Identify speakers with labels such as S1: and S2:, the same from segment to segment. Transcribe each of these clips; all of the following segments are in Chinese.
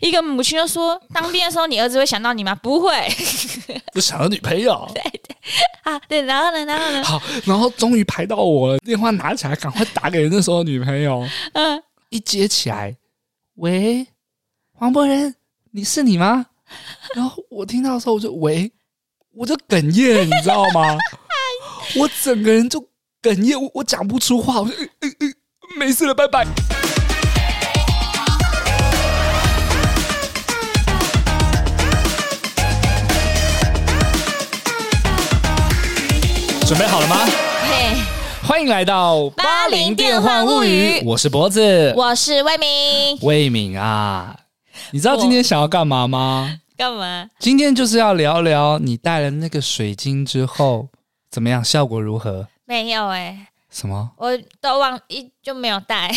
S1: 一个母亲就说：“当兵的时候，你儿子会想到你吗？不会
S2: 就想要女朋友。
S1: 啊。”对，然后呢，然后呢，
S2: 好，然后终于排到我了，电话拿起来，赶快打给那时候的女朋友。
S1: 嗯，
S2: 一接起来，喂，黄伯仁，你是你吗？ 然后我听到的时候，我就喂，我就哽咽，你知道 吗？我整个人就哽咽，我我讲不出话，我就、呃呃呃、没事了，拜拜。准备好了吗？
S1: 嘿，
S2: 欢迎来到《
S1: 八零电幻物语
S2: 我是脖子，
S1: 我是魏明，
S2: 魏敏啊，你知道今天想要干嘛吗？
S1: 干嘛？
S2: 今天就是要聊聊你带了那个水晶之后怎么样，效果如何？
S1: 没有哎、
S2: 什么？
S1: 我都忘一就没有带，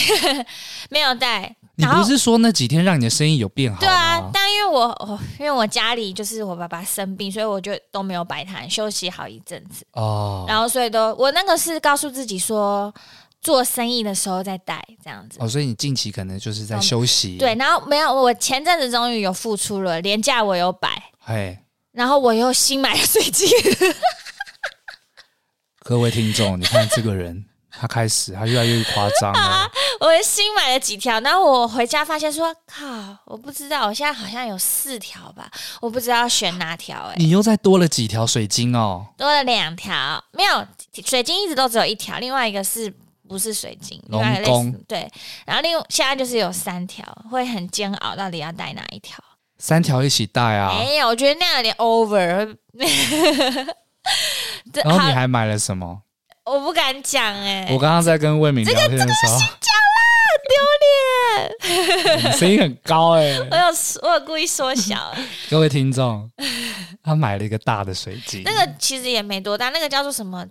S1: 没有带。
S2: 你
S1: 然后
S2: 不是说那几天让你的生意有变好吗？
S1: 对啊，但因为我我因为我家里就是我爸爸生病，所以我就都没有摆摊，休息好一阵子。
S2: 哦
S1: 然后所以都我那个是告诉自己说，做生意的时候再带这样子。
S2: 哦，所以你近期可能就是在
S1: 嗯
S2: 休息。
S1: 对，，然后没有，我前阵子终于有付出了，廉价我有摆，
S2: 哎，
S1: 然后我又新买了水晶，
S2: 各位听众，你看这个人，他开始他越来越夸 张了。
S1: 我新买了几条，然后我回家发现说，靠，我不知道，我现在好像有四条吧，我不知道选哪条、欸，哎，
S2: 你又再多了几条水晶哦，
S1: 多了两条，没有水晶一直都只有一条，另外一个是。不是水晶，另
S2: 龙
S1: 外一个类似
S2: 宫
S1: 对，然后另现在就是有三条，会很煎熬，到底要带哪一条？
S2: 三条一起戴啊。
S1: 没有，我觉得那样有点 over。这
S2: 然后
S1: 好
S2: 你还买了什么？
S1: 我不敢讲哎、
S2: 我刚刚在跟魏敏聊天的时候，讲啦，丢脸，声音很高哎、
S1: 我有缩我有故意缩 小，
S2: 各位听众，他买了一个大的水晶，
S1: 那个其实也没多大，那个叫做什么？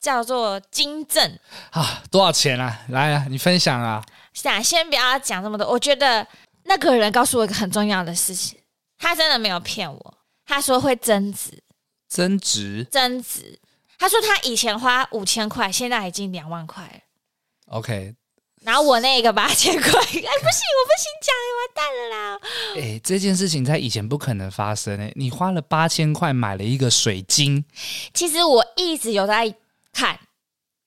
S1: 叫做金正。
S2: 啊，多少钱啊？来啊，你分享啊！
S1: 想先不要讲这么多，我觉得那个人告诉我一个很重要的事情，他真的没有骗我。他说会增值，
S2: 增值
S1: 增值。他说他以前花五千块，现在已经两万块了。
S2: ，OK，
S1: 然后我那个八千块，哎，不行，我不行讲，完蛋了啦！
S2: 哎、这件事情在以前不可能发生哎、你花了八千块买了一个水晶，
S1: 其实我一直有在看，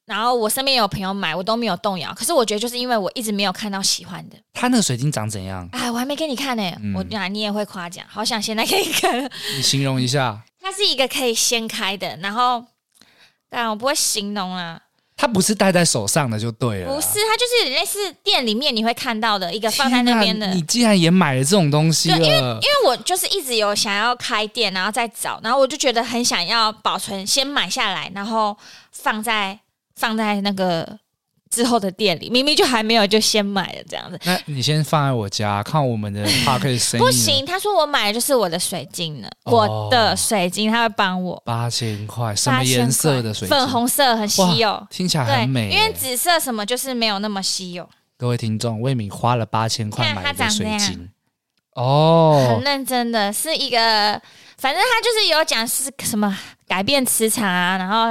S1: 然后我身边有朋友买，我都没有动摇。可是我觉得就是因为我一直没有看到喜欢的，
S2: 它那个水晶长怎样？
S1: 哎，我还没给你看呢、
S2: 嗯
S1: 我啊，你也会夸奖，好想现在给你看。
S2: 你形容一下，
S1: 它是一个可以掀开的，然后。但我不会形容啊，
S2: 它不是戴在手上的就对了啊啦。
S1: 不是，它就是有点类似店里面你会看到的一个放在那边的。
S2: 天啊你既然也买了这种东西了，
S1: 因为我就是一直有想要开店，啊然后再找，然后我就觉得很想要保存，先买下来，然后放在放在那个之后的店里。明明就还没有，就先买了这样子。
S2: 那你先放在我家，看我们的 p a r k 生意。
S1: 不，行，他说我买的就是我的水晶了，
S2: 哦
S1: 我的水晶他会帮我。
S2: 八千块，什么
S1: 八千块
S2: 颜色的水晶？
S1: 粉，红色很稀有，
S2: 听起来
S1: 对
S2: 很，美耶、哦
S1: 因为紫色什么就是没有那么稀有。
S2: 各位听众，魏敏花了八千块买了一个水
S1: 看它长
S2: 晶。哦
S1: 很，认真的，是一个，反正他就是有讲是什么改变磁场啊，然后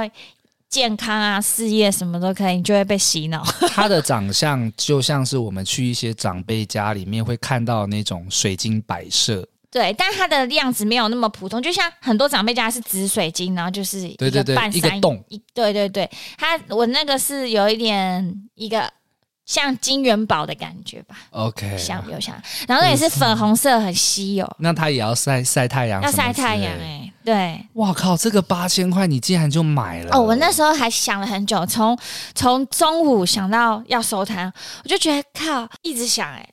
S1: 健康啊、事业什么都可以，你就会被洗脑。
S2: 她的长相就像是我们去一些长辈家里面会看到的那种水晶摆设，
S1: 对，但他的样子没有那么普通，就像很多长辈家是紫水晶，然后就是一
S2: 对对
S1: 个
S2: 对
S1: 半
S2: 一个
S1: 山
S2: 洞
S1: 一对对对，他我那个是有一点一个像金元宝的感觉吧，
S2: OK，
S1: 像有像，然后也是粉红色，很稀有，
S2: 那她也要晒晒太阳，
S1: 要晒太阳
S2: 哎。
S1: 哎、对。
S2: 哇靠，这个八千块你竟然就买了？
S1: 哦，我那时候还想了很久，从从中午想到要收摊，我就觉得靠，一直想哎、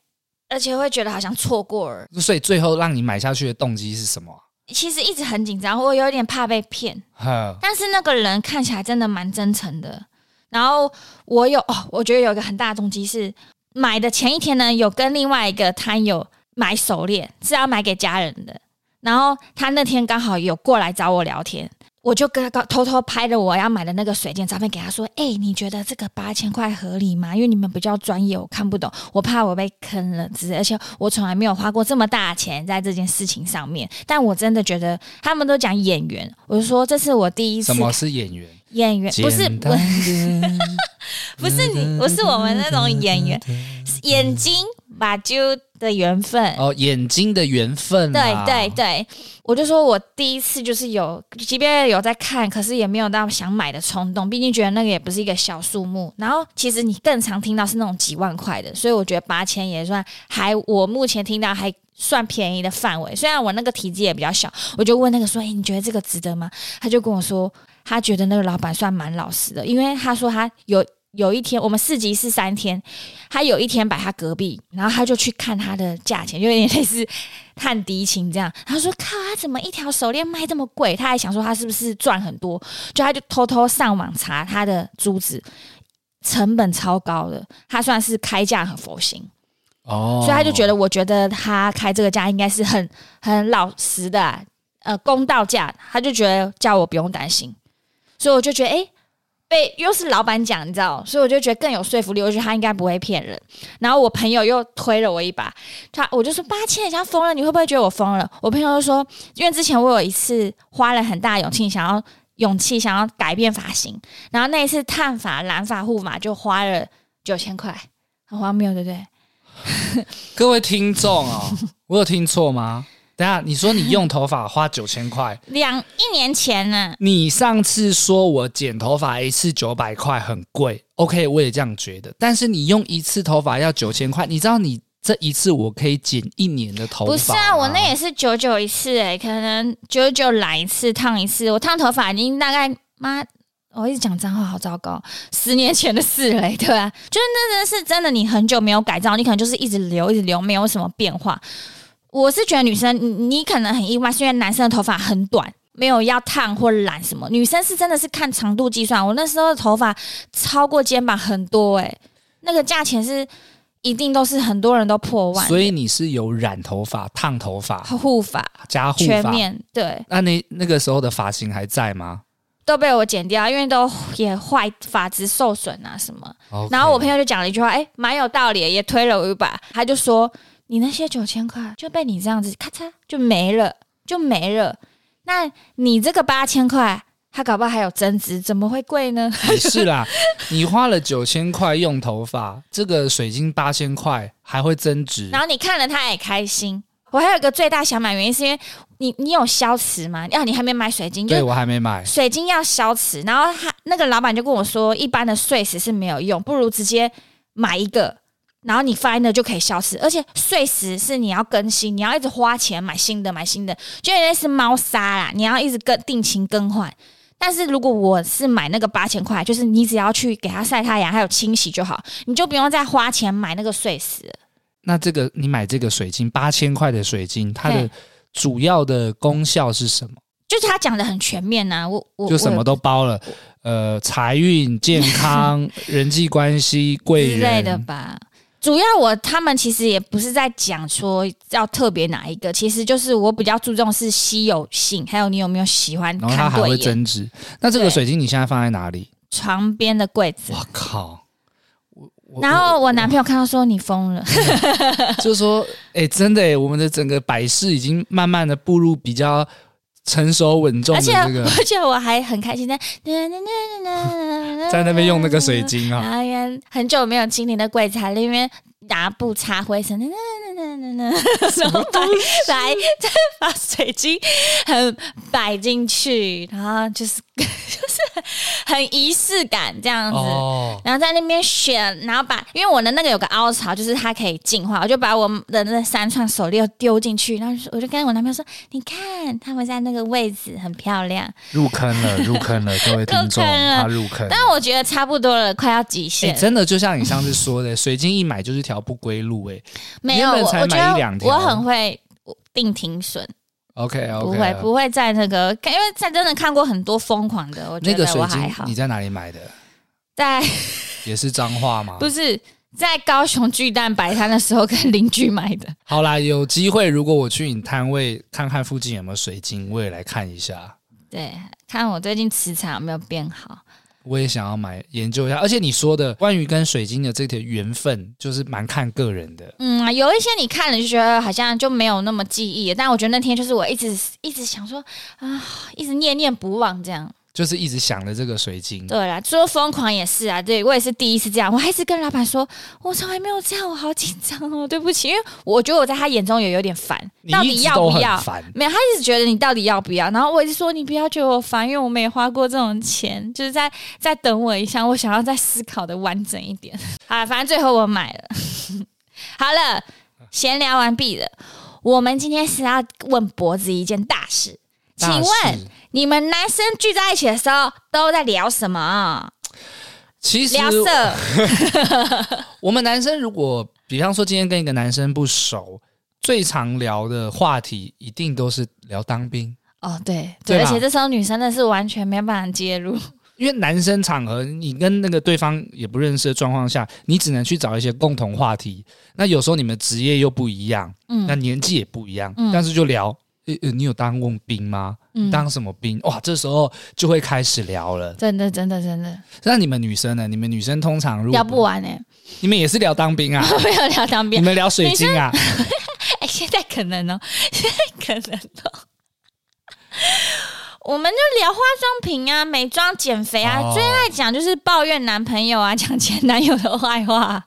S1: 而且会觉得好像错过了。
S2: 所以最后让你买下去的动机是什么啊？
S1: 其实一直很紧张，我有点怕被骗，
S2: 呵，
S1: 但是那个人看起来真的蛮真诚的。然后我有哦，我觉得有一个很大的动机是，买的前一天呢，有跟另外一个摊友买手链，是要买给家人的。然后他那天刚好有过来找我聊天，我就跟他偷偷拍了我要买的那个水晶照片给他说：“哎、你觉得这个八千块合理吗？因为你们比较专业，我看不懂，我怕我被坑了之类。而且我从来没有花过这么大的钱在这件事情上面，但我真的觉得他们都讲演员，我就说这是我第一次
S2: 什么是演员？
S1: 演员，不是
S2: 简单
S1: 我，
S2: 点嗯
S1: 不是你，不是我们那种演员，眼睛、把揪的缘分。
S2: 哦，眼睛的缘分啊
S1: 对
S2: 啦，
S1: 对对，我就说我第一次就是有，即便有在看，可是也没有到想买的冲动，毕竟觉得那个也不是一个小数目。然后其实你更常听到是那种几万块的，所以我觉得八千也算还我目前听到还。算便宜的范围，虽然我那个体积也比较小，我就问那个说：“诶、哎你觉得这个值得吗？”他就跟我说，他觉得那个老板算蛮老实的，因为他说他有有一天，我们四级是三天，他有一天摆他隔壁，然后他就去看他的价钱，就有点类似探敌情这样。他说：“靠，他怎么一条手链卖这么贵？”他还想说他是不是赚很多，就他就偷偷上网查他的珠子，成本超高的，他算是开价很佛心，
S2: 哦，
S1: 所以他就觉得，我觉得他开这个价应该是很很老实的啊、呃，公道价，他就觉得叫我不用担心，所以我就觉得，诶，被又是老板讲，你知道，所以我就觉得更有说服力。我觉得他应该不会骗人。然后我朋友又推了我一把，他我就说八千，你像疯了，你会不会觉得我疯了？我朋友就说，因为之前我有一次花了很大勇气想要勇气想要改变发型，然后那一次烫发、染发、护发就花了九千块，很荒谬，对不对？
S2: 各位听众哦， 我有听错吗？等一下你说你用头发花九千块，
S1: 两一年前呢、
S2: 你上次说我剪头发一次九百块很贵，OK，我也这样觉得。但是你用一次头发要九千块，你知道你这一次我可以剪一年的头发吗？
S1: 不是啊，我那也是九九一次哎、可能九九染一次烫一次，我烫头发已经大概妈。我一直讲脏话，好糟糕！十年前的事嘞、对吧、就是那真的是真的，你很久没有改造，你可能就是一直留，一直留，没有什么变化。我是觉得女生，你你可能很意外，是因为男生的头发很短，没有要烫或染什么。女生是真的是看长度计算，我那时候的头发超过肩膀很多哎、那个价钱是一定都是很多人都破万，
S2: 所以你是有染头发、烫头发
S1: 护发。
S2: 加护
S1: 全
S2: 发。
S1: 面对
S2: 那你那个时候的发型还在吗？
S1: 都被我剪掉，因为都也坏发质受损啊什么。然后我朋
S2: 友
S1: 友就讲了一句话，哎、蛮有道理的，也推了我一把。他就说：“你那些九千块就被你这样子咔嚓就没了，就没了。那你这个八千块，他搞不好还有增值，怎么会贵呢？”
S2: 也是啦，你花了九千块用头发，这个水晶八千块还会增值
S1: 然。后你看了他也开心。我还有一个最大想买原因是因为你你有消磁吗？啊，你还没买水晶，就
S2: 对我还没买，
S1: 水晶要消磁，然后他那个老板就跟我说，一般的碎石是没有用，不如直接买一个，然后你放在那就可以消磁。而且碎石是你要更新，你要一直花钱买新的，买新的，就有点是猫砂啦，你要一直更定期更换。但是如果我是买那个八千块，就是你只要去给它晒太阳，还有清洗就好，你就不用再花钱买那个碎石了。
S2: 那这个你买这个水晶八千块的水晶，它的
S1: 嘿
S2: 主要的功效是什么？
S1: 就是他讲的很全面呐、我我
S2: 就什么
S1: 我
S2: 都包了，呃，财运、健 康、人际关系、贵
S1: 之类的
S2: 人，
S1: 吧。主要我他们其实也不是在讲说要特别哪一个，其实就是我比较注重是稀有性，还有你有没有喜欢
S2: 然后它
S1: 看
S2: 还
S1: 对
S2: 会
S1: 眼。
S2: 增值。那这个
S1: 对
S2: 水晶你现在放在哪里？
S1: 床边的柜子，
S2: 我靠！我我
S1: 然后我男朋友看到说你疯了，
S2: 就说，哎、真的、欸，我们的整个摆饰已经慢慢的步入比较成熟稳重
S1: 而
S2: 的
S1: 且
S2: 这个，
S1: 而且我还很开心在
S2: 在那边用那个水晶啊，
S1: 哎呀，很久没有精灵的柜子，还在那边拿布擦灰尘， 然后把来再把水晶很摆进去，然后就是 就是很仪式感这样子。
S2: 哦，
S1: 然后在那边选，然后把因为我的那个有个凹槽，就是它可以净化，我就把我的那三串手链丢进去，然后就说我就跟我男朋友说：“你看，他们在那个位置很漂亮。
S2: 入坑了，入坑了，各位听
S1: 入
S2: 众，
S1: 坑了
S2: 他入坑了。”
S1: 但我觉得差不多了，快要极
S2: 哎、
S1: 限了。
S2: 真的就像你上次说的，水晶一买就是条不归路、欸。
S1: 没有，
S2: 原
S1: 我
S2: 本才
S1: 我
S2: 买
S1: 觉
S2: 一两
S1: 得
S2: 条
S1: 我很会定停损，
S2: 哎，OK
S1: 不
S2: OK，
S1: 会不会在那个，因为在真的看过很多疯狂的，我觉
S2: 那个
S1: 得
S2: 水
S1: 我还
S2: 晶
S1: 好
S2: 你。哦在哪里买的？
S1: 在
S2: 也是脏话吗？
S1: 不是在高雄巨蛋摆摊的时候跟邻居买的，
S2: 好啦，有机会如果我去你摊位看看附近有没有水晶，我也来看一下。
S1: 对，看我最近磁场有没有变好。
S2: 我也想要买研究一下，而且你说的关于跟水晶的这条缘分，就是蛮看个人的。
S1: 嗯，啊有一些你看了就觉得好像就没有那么记忆，但我觉得那天就是我一直一直想说啊，一直念念不忘这样。
S2: 就是一直想着这个水晶。
S1: 对啦，说疯狂也是啊，对我也是第一次这样，我还是跟老板说，我从来没有这样，我好紧张哦，对不起，因为我觉得我在他眼中也有点烦，
S2: 你
S1: 到
S2: 一
S1: 底
S2: 直
S1: 要
S2: 都
S1: 不
S2: 很
S1: 要？
S2: 烦，
S1: 没有，他一直觉得你到底要不要，然后我一直说你不要觉得我烦，因为我没花过这种钱，就是在在等我一下，我想要再思考的完整一点。 好了，反正最后我买了。 好了，闲聊完毕了，我们今天是要问脖子一件大事，请
S2: 大
S1: 问
S2: 事
S1: 你们男生聚在一起的时候都在聊什么？
S2: 其实
S1: 聊色，
S2: 我们男生如果比方说今天跟一个男生不熟，最常聊的话题一定都是聊当兵，
S1: 哦，对对，
S2: 对
S1: 而
S2: 吧
S1: 且这时候女生的是完全没办法介 入，
S2: 因为男生场合你跟那个对方也不认识的状况下，你只能去找一些共同话题。那有时候你们职业又不一样，那
S1: 嗯
S2: 年纪也不一样，
S1: 嗯
S2: 但是就聊。呃呃，你有当过兵吗？
S1: 嗯，
S2: 当什么兵？哇，这时候就会开始聊了。
S1: 真的真的真的
S2: 那你们女生呢？你们女生通常如果
S1: 聊不完呢、欸
S2: 你们也是聊当兵啊？
S1: 没有 聊当
S2: 你
S1: 兵，
S2: 们聊水晶啊？
S1: 哎、现在可能哦， 现在可能哦。我们就聊化妆品啊、美妆、减肥啊，
S2: 哦
S1: 最爱讲就是抱怨男朋友啊，讲前男友的坏话。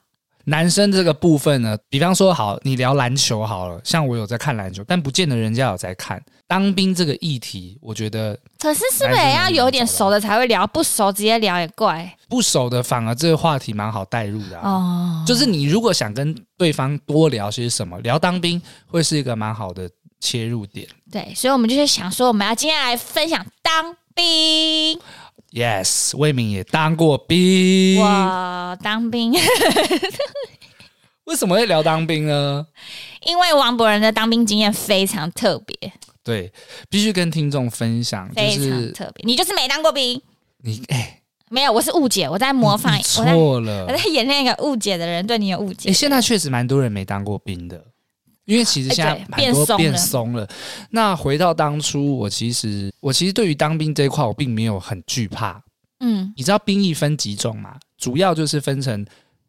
S2: 男生这个部分呢，比方说好，你聊篮球好了，像我有在看篮球，但不见得人家有在看。当兵这个议题，我觉得
S1: 可是是不是也要有点熟的才会聊，不熟直接聊也怪
S2: 不熟的反而这个话题蛮好带入的、啊。
S1: 哦。
S2: 就是你如果想跟对方多聊些什么，聊当兵会是一个蛮好的切入点。
S1: 对，所以我们就是想说，我们要今天来分享当兵。
S2: Yes，魏敏也当过兵，
S1: 我当兵，
S2: 为什么会聊当兵呢？
S1: 因为王博仁的当兵经验非常特别，
S2: 对，必须跟听众分享，就
S1: 非常
S2: 是
S1: 特别。你就是没当过兵，
S2: 你哎，
S1: 没有，我是误解，我在模仿，
S2: 你
S1: 我在
S2: 嗯错了哎
S1: 我。在演练一个误解的人对你有误解。
S2: 诶，现在确实蛮多人没当过兵的，因为其实
S1: 哎
S2: 现在
S1: 对
S2: 蛮
S1: 变
S2: 多
S1: 松
S2: 变
S1: 了
S2: 松了。那回到当初，我其实我其实对于当兵这一块，我并没有很惧怕。
S1: 嗯
S2: 你知道兵役分几种吗？主要就是分成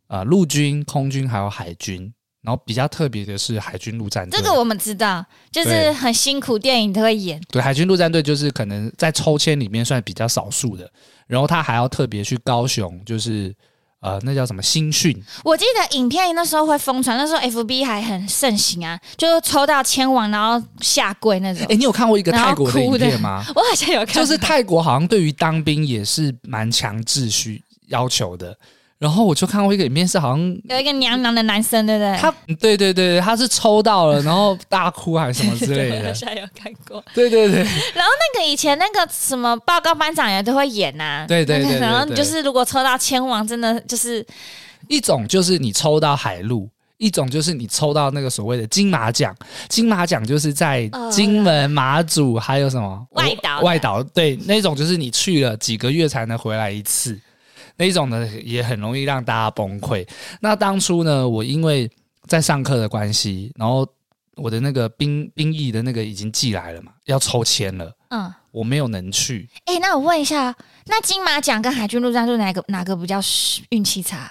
S2: 呃陆军、空军还有海军，然后比较特别的是海军陆战，队。
S1: 这个我们知道，就是
S2: 嗯对
S1: 很辛苦，电影都会演。
S2: 对，海军陆战队就是可能在抽签里面算比较少数的，然后他还要特别去高雄，就是呃，那叫什么新训，
S1: 我记得影片那时候会疯传，那时候 FB 还很盛行啊，就是抽到签王然后下跪那种
S2: 哎、。你有看过一个
S1: 然后
S2: 泰国的
S1: 哭
S2: 影
S1: 的
S2: 片 吗？
S1: 我好像有看，
S2: 就是泰国好像对于当兵也是蛮强秩序要求的。然后我就看过一个影片，是好像
S1: 有一个娘娘的男生，对不对？
S2: 他对对对，他是抽到了，然后大哭还是什么之 类
S1: 我好
S2: 的。
S1: 像有看过。
S2: 对对对，
S1: 那个以前那个什么报告班长也都会演呐、啊。
S2: 对对对对对
S1: 然后你就是如果抽到签王，真的就是
S2: 一种就是你抽到海陆，一种就是你抽到那个所谓的金马奖。金马奖就是在
S1: 呃
S2: 金门、马祖还有什么
S1: 外岛的
S2: 外岛对那种就是你去了几个月才能回来一次，那一种呢也很容易让大家崩溃。那当初呢，我因为在上课的关系，然后我的那个兵兵役的那个已经寄来了嘛，要抽签了，
S1: 嗯。
S2: 我没有能去。
S1: 哎、那我问一下，那金马奖跟海军陆战队哪个哪个比较运气差？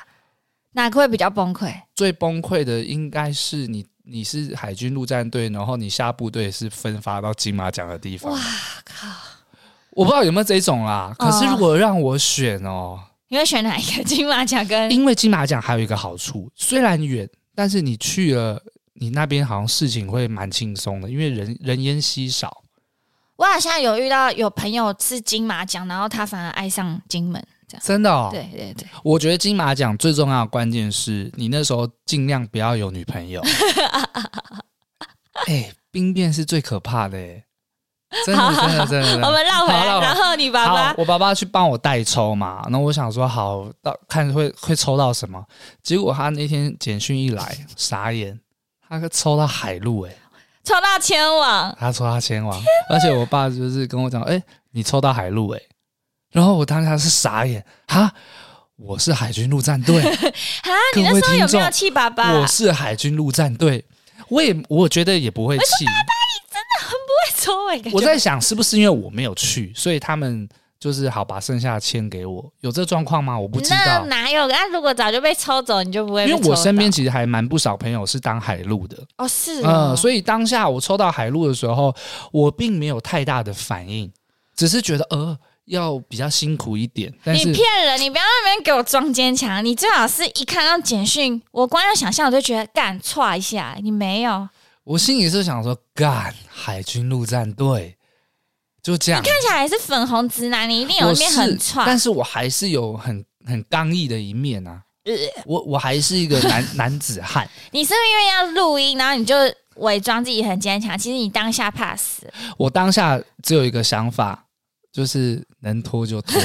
S1: 哪个会比较崩溃？
S2: 最崩溃的应该是你，你是海军陆战队，然后你下部队是分发到金马奖的地方
S1: 哇。靠！
S2: 我不知道有没有这种啦，
S1: 哦
S2: 可是如果让我选哦，
S1: 你会选哪一个？金马奖跟
S2: 因为金马奖还有一个好处，虽然远，但是你去了，你那边好像事情会蛮轻松的，因为人人烟稀少。
S1: 我好像有遇到有朋友是金马奖，然后他反而爱上金门。
S2: 真的哦，
S1: 对对对，
S2: 我觉得金马奖最重要的关键是你那时候尽量不要有女朋 友。哎、兵变是最可怕的、哎，真的真的真的。真的
S1: 我们绕回来，
S2: 好
S1: 然后你爸
S2: 好
S1: 爸，
S2: 我爸爸去帮我代抽嘛，那我想说好，到看会会抽到什么，结果他那天简讯一来，傻眼，他抽到海陆，哎，
S1: 抽到千网，
S2: 他抽到千王，而且我爸就是跟我讲，哎、你抽到海陆，哎，然后我当下是傻眼，哈，我是海军陆战队，
S1: 哈，
S2: 各
S1: 你
S2: 位
S1: 那时候有
S2: 听
S1: 没有
S2: 众
S1: 气爸爸？
S2: 我是海军陆战队。我也我觉得也不会气，
S1: 会 抽哎、感觉
S2: 我在想是不是因为我没有去，所以他们就是好把剩下的签给我，有这状况吗？我不知
S1: 那
S2: 道。
S1: 哪有？那如果早就被抽走，你就不会被
S2: 因
S1: 抽
S2: 为
S1: 到。
S2: 我身边其实还蛮不少朋友是当海陆的，
S1: 哦是
S2: 嗯，
S1: 哦，
S2: 所以当下我抽到海陆的时候，我并没有太大的反应，只是觉得呃，要比较辛苦一点，但
S1: 你
S2: 是
S1: 骗人！你不要在那边给我装坚强，你最好是一看到简讯，我光要想象我就觉得干歘一下，你没有，
S2: 我心里是想说，干海军陆战队就这样，
S1: 看起来也是粉红直男，你一定有
S2: 我
S1: 一面很
S2: 是，但
S1: 歘。
S2: 是我还是有很很刚毅的一面啊，
S1: 呃
S2: 我我还是一个男 男子汉，
S1: 你是不是因为要录音，然后你就伪装自己很坚强？其实你当下怕死，
S2: 我当下只有一个想法，就是能拖就 拖。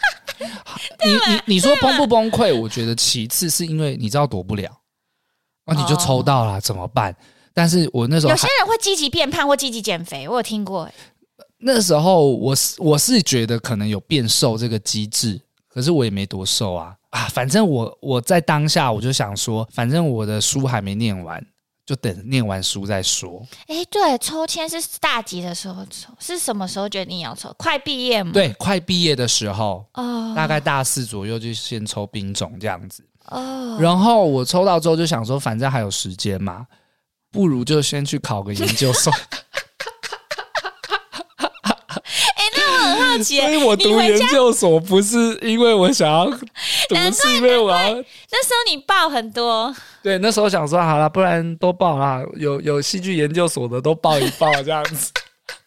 S1: 啊
S2: 你你你说崩不崩溃？我觉得其次是因为你知道躲不了，啊，你就
S1: 哦
S2: 抽到了、怎么办？但是我那时候
S1: 有
S2: 还
S1: 些人会积极变胖或积极减肥，我有听过、欸
S2: 那时候我是我是觉得可能有变瘦这个机制，可是我也没多瘦啊啊！反正我我在当下我就想说，反正我的书还没念完，就等念完书再说。
S1: 哎、对，抽签是大几的时候抽？是什么时候决定要抽？快毕业吗？，
S2: 对，快毕业的时候，
S1: 哦，
S2: 大概大四左右就先抽兵种这样子。
S1: 哦，
S2: 然后我抽到之后就想说，反正还有时间嘛，不如就先去考个研究所。
S1: 哎、那我很好奇、
S2: 所
S1: 欸，
S2: 以我
S1: 你
S2: 读
S1: 回
S2: 研
S1: 家
S2: 究所不是因为我想要读，是因为我要
S1: 那时候你报很多，
S2: 对，那时候想说好了，不然都报啦，有有戏剧研究所的都报一报这样子。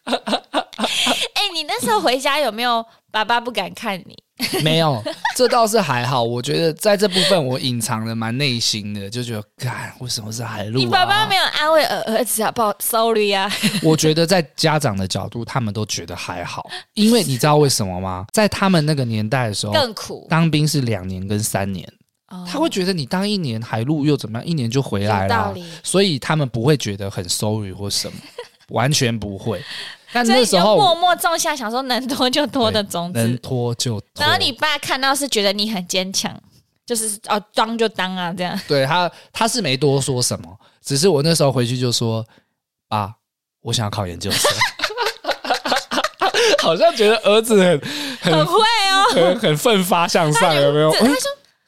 S1: 哎、你那时候回家有没有爸爸不敢看你？
S2: 没有，这倒是还好。我觉得在这部分我隐藏的蛮内心的，就觉得，干，为什么是海陆、啊？哦
S1: 你爸爸没有安慰儿儿子啊， 不好，sorry 啊，
S2: 我觉得在家长的角度，他们都觉得还好，因为你知道为什么吗？在他们那个年代的时候，
S1: 更苦。
S2: 当兵是两年跟三年，
S1: 哦
S2: 他会觉得你当一年海陆又怎么样，一年就回来
S1: 有道
S2: 了啊
S1: 理，
S2: 所以他们不会觉得很 sorry 或什么，完全不会。但
S1: 所以
S2: 那
S1: 你
S2: 时
S1: 就
S2: 候
S1: 默默种下想说能拖就拖的种
S2: 能
S1: 子，
S2: 拖就拖。
S1: 然后你爸看到是觉得你很坚强，就是哦装就当啊这样。
S2: 对他，他是没多说什么，只是我那时候回去就说：“爸，我想要考研究生。” 好像觉得儿子 很啊
S1: 很会 哦，
S2: 很很很奋发向上，有没有？
S1: 他
S2: 嗯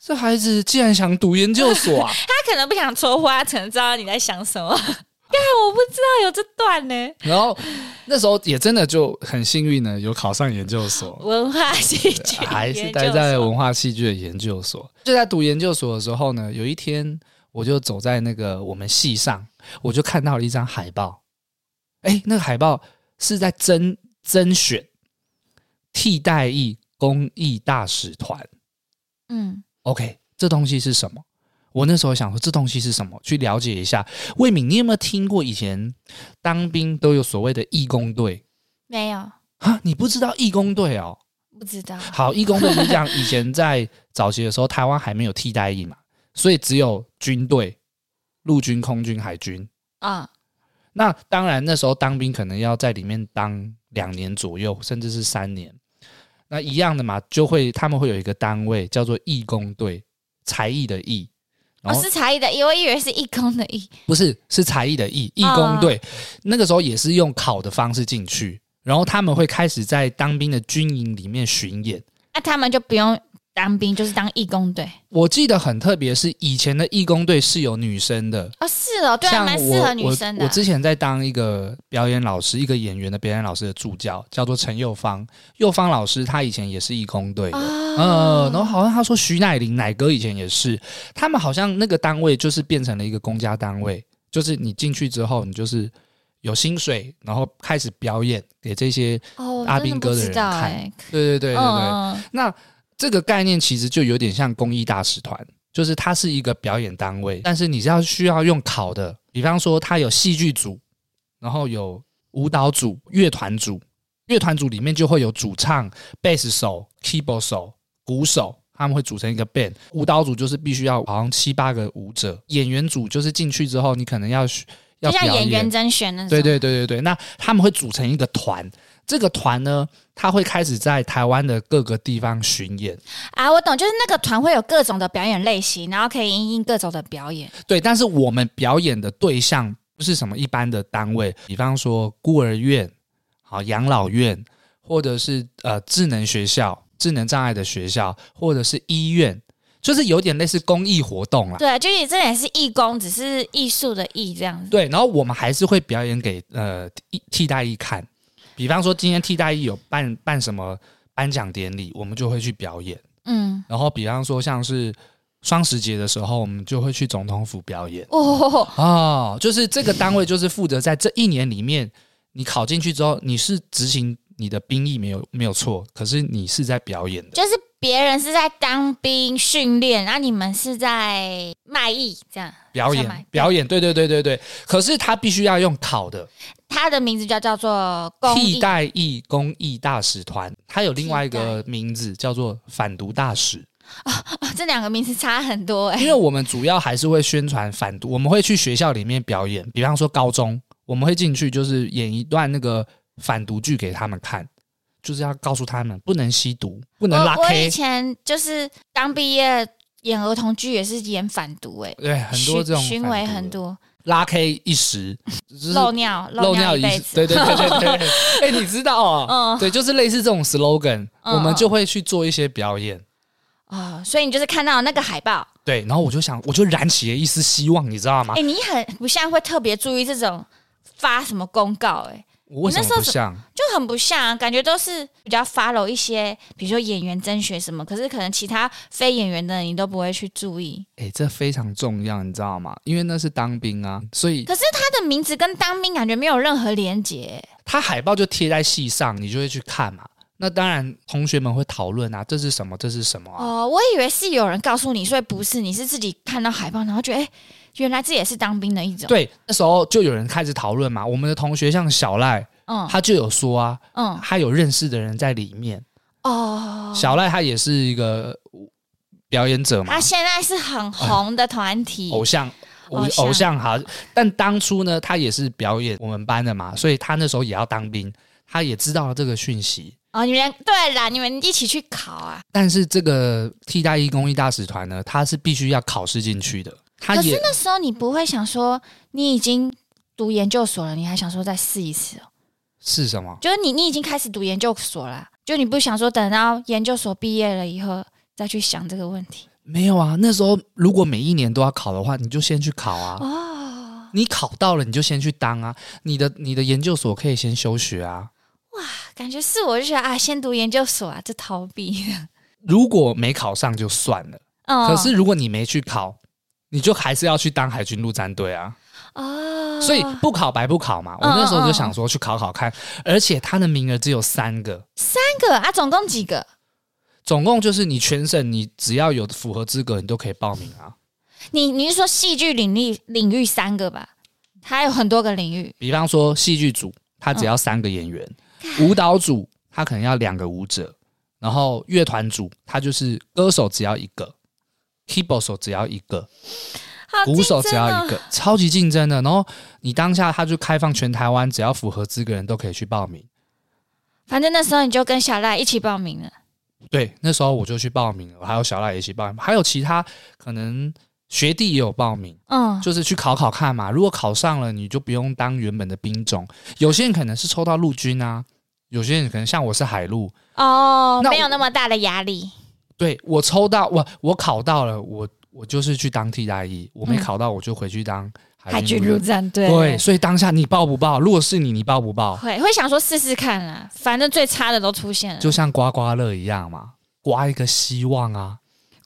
S2: 这孩子既然想读研究所 啊，
S1: 他可能不想戳花城，知道你在想什 么。但我不知道有这段呢，
S2: 然后那时候也真的就很幸运呢，有考上研究所。
S1: 文化戏剧
S2: 还是
S1: 研
S2: 待
S1: 究
S2: 在
S1: 所
S2: 文化戏剧的研究所。就在读研究所的时候呢，有一天我就走在那个我们系上，我就看到了一张海报。哎，那个海报是在甄甄选替代役公益大使团。
S1: 嗯，
S2: OK，这东西是什么？我那时候想说，这东西是什么？去了解一下。魏敏，你有没有听过以前当兵都有所谓的义工队
S1: 没有，
S2: 啊？你不知道义工队哦？
S1: 不知道。
S2: 好，义工队就是这样。以前在早期的时候，台湾还没有替代役嘛，所以只有军队、陆军、空军、海军。
S1: 啊、
S2: 那当然，那时候当兵可能要在里面当两年左右，甚至是三年。那一样的嘛，就会他们会有一个单位叫做义工队，才艺的义，
S1: 我、
S2: 然后
S1: 是才艺的艺，我以为是义工的义。
S2: 不是是才艺的艺，义工队。那个时候也是用考的方式进去，然后他们会开始在当兵的军营里面巡演。
S1: 那、他们就不用当兵，就是当义工队。
S2: 我记得很特别，是以前的义工队是有女生的，
S1: 哦，是哦，对啊，
S2: 像
S1: 蛮适
S2: 我
S1: 合女生
S2: 我。
S1: 的
S2: 我。之前在当一个表演老师，一个演员的表演老师的助教，叫做陈幼芳。幼芳老师她以前也是义工队的，
S1: 啊
S2: 呃，然后好像他说徐乃麟乃哥以前也是，他们好像那个单位就是变成了一个公家单位，就是你进去之后，你就是有薪水，然后开始表演给这些，
S1: 哦，
S2: 阿
S1: 真
S2: 兵
S1: 的
S2: 哥
S1: 不
S2: 的
S1: 知
S2: 人
S1: 道
S2: 看
S1: 哎、
S2: 对对对对对。
S1: 嗯，
S2: 那这个概念其实就有点像公益大使团，就是它是一个表演单位，但是你是要需要用考的，比方说它有戏剧组，然后有舞蹈组、乐团组，乐团组里面就会有主唱、贝斯手、keyboard 手、鼓手。他们会组成一个 band，舞蹈组就是必须要好像七八个舞者，演员组就是进去之后你可能要学要
S1: 就
S2: 表
S1: 像演
S2: 演
S1: 员甄选那种。
S2: 对对对对对，那他们会组成一个团，这个团呢，他会开始在台湾的各个地方巡演。
S1: 啊，我懂，就是那个团会有各种的表演类型，然后可以因应各种的表演。
S2: 对，但是我们表演的对象不是什么一般的单位，比方说孤儿院、好养老院，或者是呃智能学校、智能障碍的学校，或者是医院，就是有点类似公益活动啦。
S1: 对，啊就是这也是义工，只是艺术的艺这样子。
S2: 对，然后我们还是会表演给呃替替代役看，比方说今天替代役有办办什么颁奖典礼，我们就会去表演。
S1: 嗯，
S2: 然后，比方说像是双十节的时候，我们就会去总统府表演。
S1: 哦，
S2: 哦，就是这个单位就是负责在这一年里面，你考进去之后，你是执行你的兵役没有没有错，可是你是在表演的。
S1: 就是别人是在当兵训练，然后你们是在卖艺，这样。
S2: 表
S1: 上来
S2: 演，表演，对对对对对。可是他必须要用考的
S1: 它的名字就叫做公益
S2: 替代役公益大使团，它有另外一个名字叫做反毒大使，
S1: 哦这两个名字差很多哎、
S2: 因为我们主要还是会宣传反毒，我们会去学校里面表演，比方说高中，我们会进去就是演一段那个反毒剧给他们看，就是要告诉他们不能吸毒，不能拉
S1: 我我以
S2: K，
S1: 前就是刚毕业演儿童剧，也是演反毒哎、
S2: 对，很多这种
S1: 巡巡
S2: 反
S1: 回
S2: 毒
S1: 很
S2: 的
S1: 多
S2: 拉 K 一时，就是
S1: 漏尿
S2: 漏
S1: 尿
S2: 尿
S1: 一
S2: 一
S1: 辈
S2: 辈
S1: 子，
S2: 对对对对对 对，哎、你知道哦，
S1: 嗯
S2: 对，就是类似这种 slogan，、
S1: 嗯
S2: 我们就会去做一些表演。
S1: 啊、所以你就是看到那个海报，
S2: 对，然后我就想，我就燃起了一丝希望，你知道吗
S1: 哎、？你很不像会特别注意这种发什么公告、哎，
S2: 我为什
S1: 你那
S2: 么
S1: 时候
S2: 不像？
S1: 就很不像、啊感觉都是比较 follow 一些，比如说演员甄选什么，可是可能其他非演员的你都不会去注意。
S2: 哎、这非常重要，你知道吗？因为那是当兵啊，所以
S1: 可是他的名字跟当兵感觉没有任何连结、欸
S2: 他海报就贴在戏上，你就会去看嘛。那当然，同学们会讨论啊，这是什么？这是什么啊？
S1: 哦，我以为是有人告诉你，所以不是，你是自己看到海报，然后觉得，哎、原来这也是当兵的一种。，
S2: 对，那时候就有人开始讨论嘛。我们的同学像小赖，
S1: 嗯
S2: 他就有说啊，
S1: 嗯，
S2: 他有认识的人在里面。
S1: 哦，
S2: 小赖他也是一个表演者嘛
S1: 他，现在是很红的团体，
S2: 偶像。偶
S1: 偶像
S2: 偶像好，但当初呢，他也是表演我们班的嘛，所以他那时候也要当兵，他也知道了这个讯息。
S1: 哦，你们对啦，你们一起去考啊。
S2: 但是这个替代役公益大使团呢，他是必须要考试进去的，他
S1: 可
S2: 也
S1: 是那时候你不会想说，你已经读研究所了，你还想说再试一试哦？
S2: 是什么？
S1: 就是你你已经开始读研究所啦，就你不想说等到研究所毕业了以后再去想这个问题
S2: 没有啊，那时候如果每一年都要考的话，你就先去考啊。
S1: 哦？
S2: 你考到了，你就先去当啊。你的你的研究所可以先休学啊。
S1: 感觉是我就觉得啊，先读研究所啊，这逃避。
S2: 如果没考上就算了，
S1: 嗯，
S2: 可是如果你没去考，你就还是要去当海军陆战队啊。
S1: 哦，
S2: 所以不考白不考嘛。我那时候就想说去考考看，而且它的名额只有三个，
S1: 三个啊，总共几个？
S2: 总共就是你全省你只要有符合资格，你都可以报名啊。
S1: 你你是说戏剧领域领域三个吧？还有很多个领域
S2: 比方说戏剧组，他只要三个演员；舞蹈组，他可能要两个舞者；然后乐团组，他就是歌手只要一个。keyboard 手只要一个，
S1: 好
S2: 鼓手
S1: 竞
S2: 只
S1: 争哦
S2: 要一个，超级竞争的。然后你当下他就开放全台湾，只要符合资格的人都可以去报名。
S1: 反正那时候你就跟小赖一起报名了。
S2: 对，那时候我就去报名了，还有小赖也一起报名，还有其他可能学弟也有 报名，
S1: 嗯，
S2: 就是去考考看嘛。如果考上了，你就不用当原本的兵种。有些人可能是抽到陆军啊，有些人可能像我是海陆，
S1: 哦，
S2: 那
S1: 没有
S2: 我
S1: 那么大的压力。
S2: 对我抽到我我考到了，我我就是去当替代役，我没
S1: 嗯
S2: 考到我就回去当
S1: 海
S2: 海
S1: 军
S2: 陆
S1: 陆战队
S2: 对，所以当下你报不报？如果是你，你报不报？
S1: 会会想说试试看啦，反正最差的都出现了，
S2: 就像刮刮乐一样嘛，刮一个希望啊。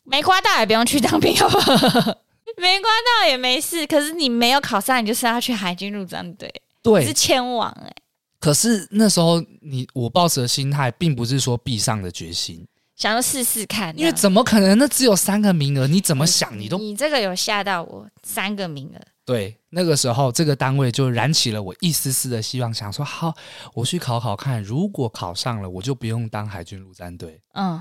S1: 没刮到也不用去当兵，好不好？ 没刮到也没事，可是你没有考上，你就是要去海军陆战队，
S2: 对，
S1: 是前往哎、
S2: 可是那时候你我抱持的心态，并不是说必上的决心，
S1: 想要试试看这样，
S2: 因为怎么可能？那只有三个名额，你怎么想你都
S1: 你这个有吓到我，三个名额，
S2: 对。那个时候，这个单位就燃起了我一丝丝的希望，想说好，我去考考看，如果考上了，我就不用当海军陆战队，
S1: 嗯，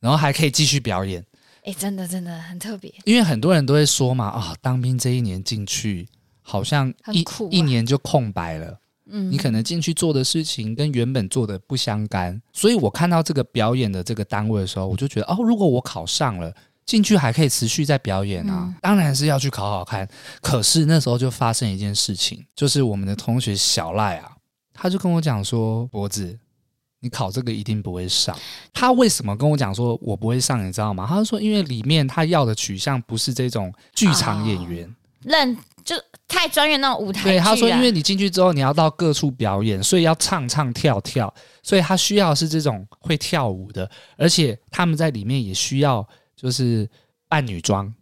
S2: 然后还可以继续表演。
S1: 哎、真的真的很特别，
S2: 因为很多人都会说嘛，啊、当兵这一年进去，好像一、
S1: 很酷啊
S2: 一年就空白了。
S1: 嗯，
S2: 你可能进去做的事情跟原本做的不相干，所以我看到这个表演的这个单位的时候，我就觉得哦，如果我考上了，进去还可以持续在表演啊，
S1: 嗯
S2: 当然是要去考考看。可是那时候就发生一件事情，就是我们的同学小赖啊，他就跟我讲说，脖子。你考这个一定不会上。他为什么跟我讲说我不会上？你知道吗？他就说因为里面他要的取向不是这种剧场演员，
S1: 认就太专业那种舞啊台剧
S2: 对，
S1: 啊。
S2: 他说，因为你进去之后，你要到各处表演，所以要唱唱跳跳，所以他需要是这种会跳舞的，而且他们在里面也需要就是扮女装。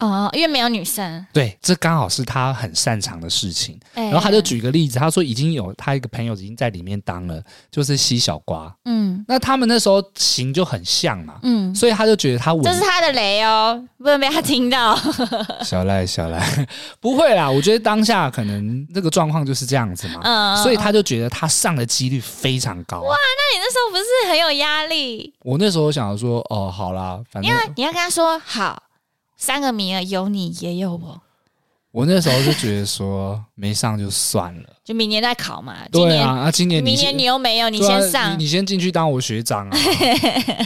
S1: 哦，因为没有女生，
S2: 对，这刚好是他很擅长的事情。
S1: 哎
S2: 然后他就举个例子，他说已经有他一个朋友已经在里面当了，就是西小瓜。
S1: 嗯
S2: 那他们那时候型就很像嘛，
S1: 嗯，
S2: 所以他就觉得他
S1: 这是
S2: 稳。
S1: 他的雷哦，不能被他听到。
S2: 小赖小赖， 不会啦，我觉得当下可能这个状况就是这样子嘛，
S1: 嗯，
S2: 所以
S1: 嗯
S2: 他就觉得他上的几率非常高。啊
S1: 那你那时候不是很有压力？
S2: 我那时候想说，哦，好啦，反
S1: 你
S2: 正
S1: 要你要跟他说好，三个名额有你也有我，
S2: 我那时候就觉得说没上就算了。
S1: 就明年再考嘛。 今
S2: 对
S1: 年、
S2: 啊，啊，今年
S1: 明
S2: 先
S1: 年你又没有，你
S2: 对啊
S1: 先上。哎
S2: 你你先进去当我学 长啊，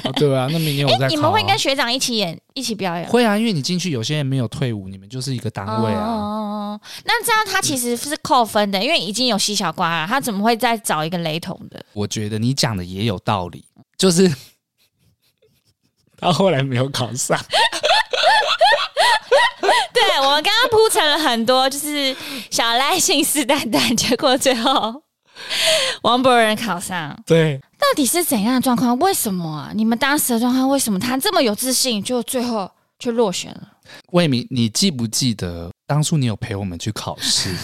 S2: 啊对啊，那明年我再考啊。
S1: 你们会跟学长一起演、一起表演吗？
S2: 会啊，因为你进去有些人没有退伍，你们就是一个单位
S1: 哦
S2: 啊。
S1: 哦哦哦那这样他其实是扣分的，因为已经有西小瓜了，他怎么会再找一个雷同的？
S2: 我觉得你讲的也有道理，就是 他后来没有考上，
S1: 对我们刚刚铺陈了很多，就是小赖信誓旦旦，结果最后王博仁考上，
S2: 对，
S1: 到底是怎样的状况？为什么啊？你们当时的状况，为什么他这么有自信，就最后却落选了？
S2: 魏明，你记不记得当初你有陪我们去考试？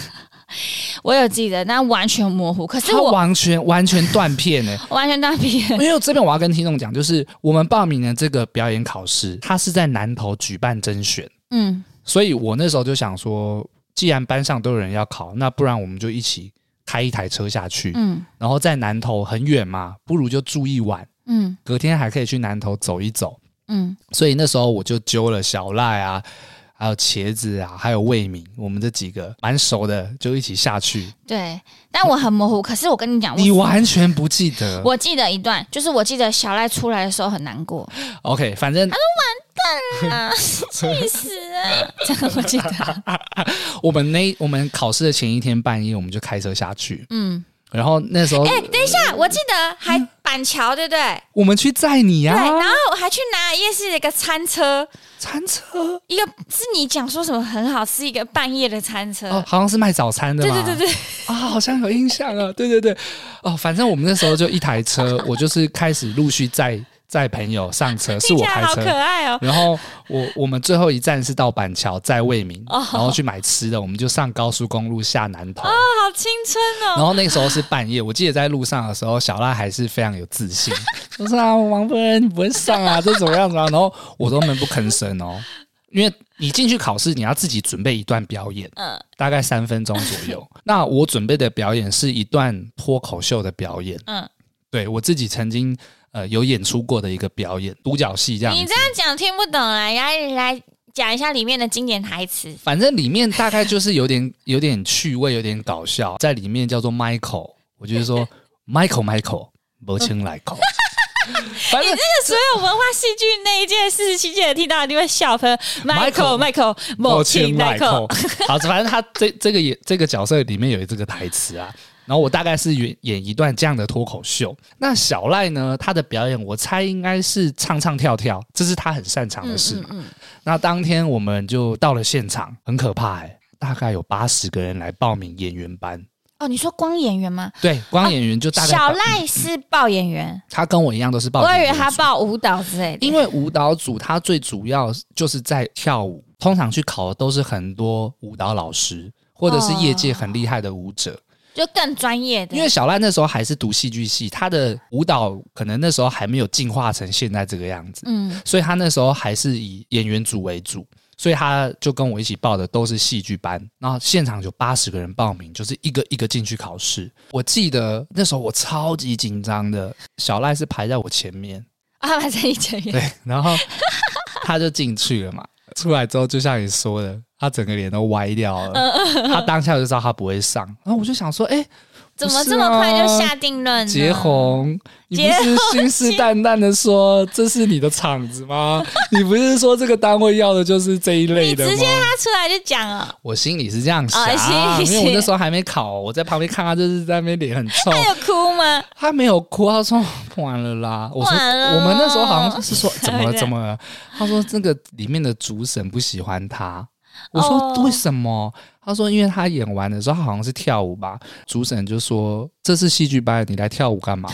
S1: 我有记得，但完全模糊。 可是
S2: 他
S1: 我
S2: 完全完全断片呢、
S1: 完全当别人
S2: 因为这边我要跟听众讲，就是我们报名的这个表演考试，它是在南投举办甄选，
S1: 嗯
S2: 所以我那时候就想说，既然班上都有人要考，那不然我们就一起开一台车下去，
S1: 嗯
S2: 然后在南投很远嘛，不如就住一晚，
S1: 嗯
S2: 隔天还可以去南投走一走。
S1: 嗯
S2: 所以那时候我就揪了小赖啊，还有茄子啊，还有魏明，我们这几个蛮熟的，就一起下去。
S1: 对，但我很模糊。可是啊我跟你讲，
S2: 你
S1: 我
S2: 完全不记得
S1: 我记得一段，就是我记得小赖出来的时候很难过，
S2: ？OK，反正
S1: 啊，气死了！这个我记得，
S2: 我们那我们考试的前一天半夜，我们就开车下去，
S1: 嗯，
S2: 然后那时候、
S1: 哎、等一下，我记得还板桥，对不对？
S2: 我们去载你
S1: 对，
S2: 嗯呀、
S1: 然后我还去拿了夜市的一个餐车，
S2: 餐车
S1: 一个是你讲说什么很好吃，一个半夜的餐车，
S2: 哦，好像是卖早餐的
S1: 对
S2: 嘛，
S1: 对对对，
S2: 啊，好像有印象啊， 对对对，哦，反正我们那时候就一 台车，我就是开始陆续载载朋友上车，是
S1: 听起
S2: 我
S1: 来
S2: 开
S1: 好
S2: 车
S1: 可，爱哦。
S2: 然后我我们最后一站是到板桥，在未名，
S1: 哦
S2: 然后去买吃的，我们就上高速公路下南投。
S1: 哦，好青春哦！
S2: 然后那个时候是半夜，我记得在路上的时候，小赖还是非常有自信， 就说啊，王夫人你不会上啊，这怎么样子啊？然后我都闷不吭声哦，因为你进去考试，你要自己准备一段表演，
S1: 嗯
S2: 大概三分钟左 右。那我准备的表演是一段脱口秀的表演，
S1: 嗯，
S2: 对我自己曾经呃有演出过的一个表演，独角戏这样子。
S1: 你这样讲听不懂啊，来来讲一下里面的经典台词。
S2: 反正里面大概就是有点 有点趣味，有点搞笑，在里面叫做 Michael，我就是说 Michael Michael，不清来 口。反正
S1: 所有文化戏剧那一届四十七届的听到一定会 笑喷 Michael Michael 某庆 Michael，
S2: 好，反正他这这个也这个角色里面有这个台词啊。然后我大概是演演一段这样的脱口秀。那小赖呢，他的表演我猜应该是唱唱跳跳，这是他很擅长的事嘛。
S1: 嗯
S2: 那当天我们就到了现场，很可怕哎、大概有八十个人来报名演员班。
S1: 哦，你说光演员吗？
S2: 对，光演员就大概
S1: 啊小
S2: 把、
S1: 赖是报演员，
S2: 他跟我一样都是报
S1: 我以
S2: 演员
S1: 为
S2: 组，
S1: 他报舞蹈之类的。
S2: 因为舞蹈组他最主要就是在跳舞，通常去考的都是很多舞蹈老师或者是业界很厉害的舞者。
S1: 就更专业的，
S2: 因为小赖那时候还是读戏剧系，他的舞蹈可能那时候还没有进化成现在这个样子，
S1: 嗯
S2: 所以他那时候还是以演员组为主。所以他就跟我一起报的都是戏剧班，然后现场有八十个人报名，就是一个一个进去考试。我记得那时候我超级紧张的，小赖是排在我前面，
S1: 啊，反正一整
S2: 对，然后他就进去了嘛。出来之后，就像你说的，他整个脸都歪掉了。他当下就知道他不会上，然后我就想说，哎、
S1: 怎么这么快
S2: 哦
S1: 就下定论呢？
S2: 杰
S1: 嗯
S2: 红，你
S1: 杰
S2: 不是信誓旦旦的说这是你的场子吗？你不是说这个单位要的就是这一类
S1: 你
S2: 的吗？
S1: 直接他出来就讲哦，
S2: 我心里是这样想，
S1: 哦行
S2: 因为我那时候还没考，我在旁边看他就是在那边脸很臭，
S1: 他有哎哭吗？
S2: 他没有哭，他说完了啦。我说
S1: 完了
S2: 我们 那时候好像是说怎么了
S1: 对
S2: 怎么了，他说这个里面的主审不喜欢他，我
S1: 哦
S2: 说为什么？他说因为他演完的时候，他好像是跳舞吧，主审就说这是戏剧班，你来跳舞干嘛？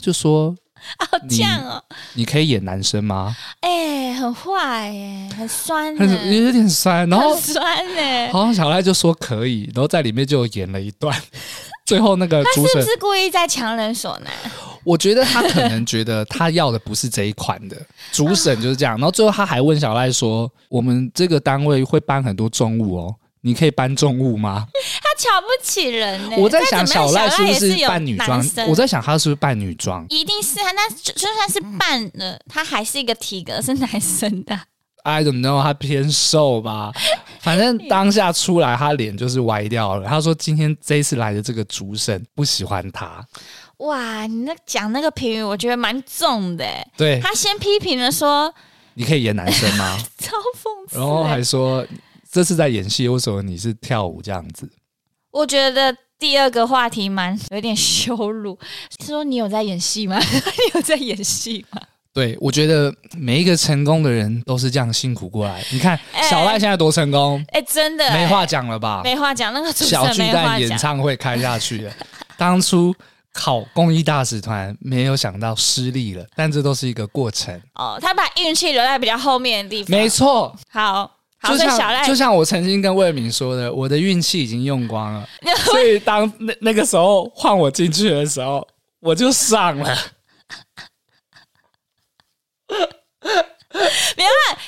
S2: 就说
S1: 好呛哦，
S2: 你可以演男生吗？
S1: 哎、很坏耶、很酸
S2: 很
S1: 耶、
S2: 有点酸，然后
S1: 很酸耶、
S2: 好像小赖就说可以，然后在里面就演了一段。 最后那个
S1: 他
S2: 主
S1: 是不
S2: 审，
S1: 是故意在强人所难？
S2: 我觉得他可能觉得他要的不是这一款的，主审就是这样。然后最后他还问小赖说：“我们这个单位会搬很多重物哦，你可以搬重物吗
S1: 他瞧不起人呢、？”
S2: 我在
S1: 再
S2: 想
S1: 怎么样
S2: 小赖是不
S1: 也是有
S2: 扮女装
S1: 男，生
S2: 我在想他是不是扮女装。
S1: 一定是啊，那就就算是扮了，他还是一个体格是男生的，
S2: I don't know，他偏瘦吧，反正当下出来他脸就是歪掉了。他说今天这一次来的这个主审不喜欢他，
S1: 哇，你那讲那个评语，我觉得蛮重的欸。
S2: 对，
S1: 他先批评了说，
S2: 你可以演男生吗？
S1: 超讽刺
S2: 然后还
S1: 欸。
S2: 说这是在演戏，为什么你是跳舞这样子？
S1: 我觉得第二个话题蛮有点羞辱， 是说你有在演戏 吗？你有在演戏吗？
S2: 对，我觉得每一个成功的人都是这样辛苦过来。你看
S1: 哎
S2: 小赖现在多成功，
S1: 哎、真的欸、
S2: 没话讲了吧？
S1: 没话讲，那个主持
S2: 小
S1: 人
S2: 巨
S1: 没话
S2: 蛋演
S1: 讲。
S2: 唱会开下去了，当初考公益大使团没有想到失利了，但这都是一个过程。
S1: 哦，他把运气留在比较后面的地方。
S2: 没错，
S1: 好，好，
S2: 就
S1: 所以小赖
S2: 像就像我曾经跟魏敏说的，我的运气已经用 光了，所以当那那个时候换我进去的时候，我就上了。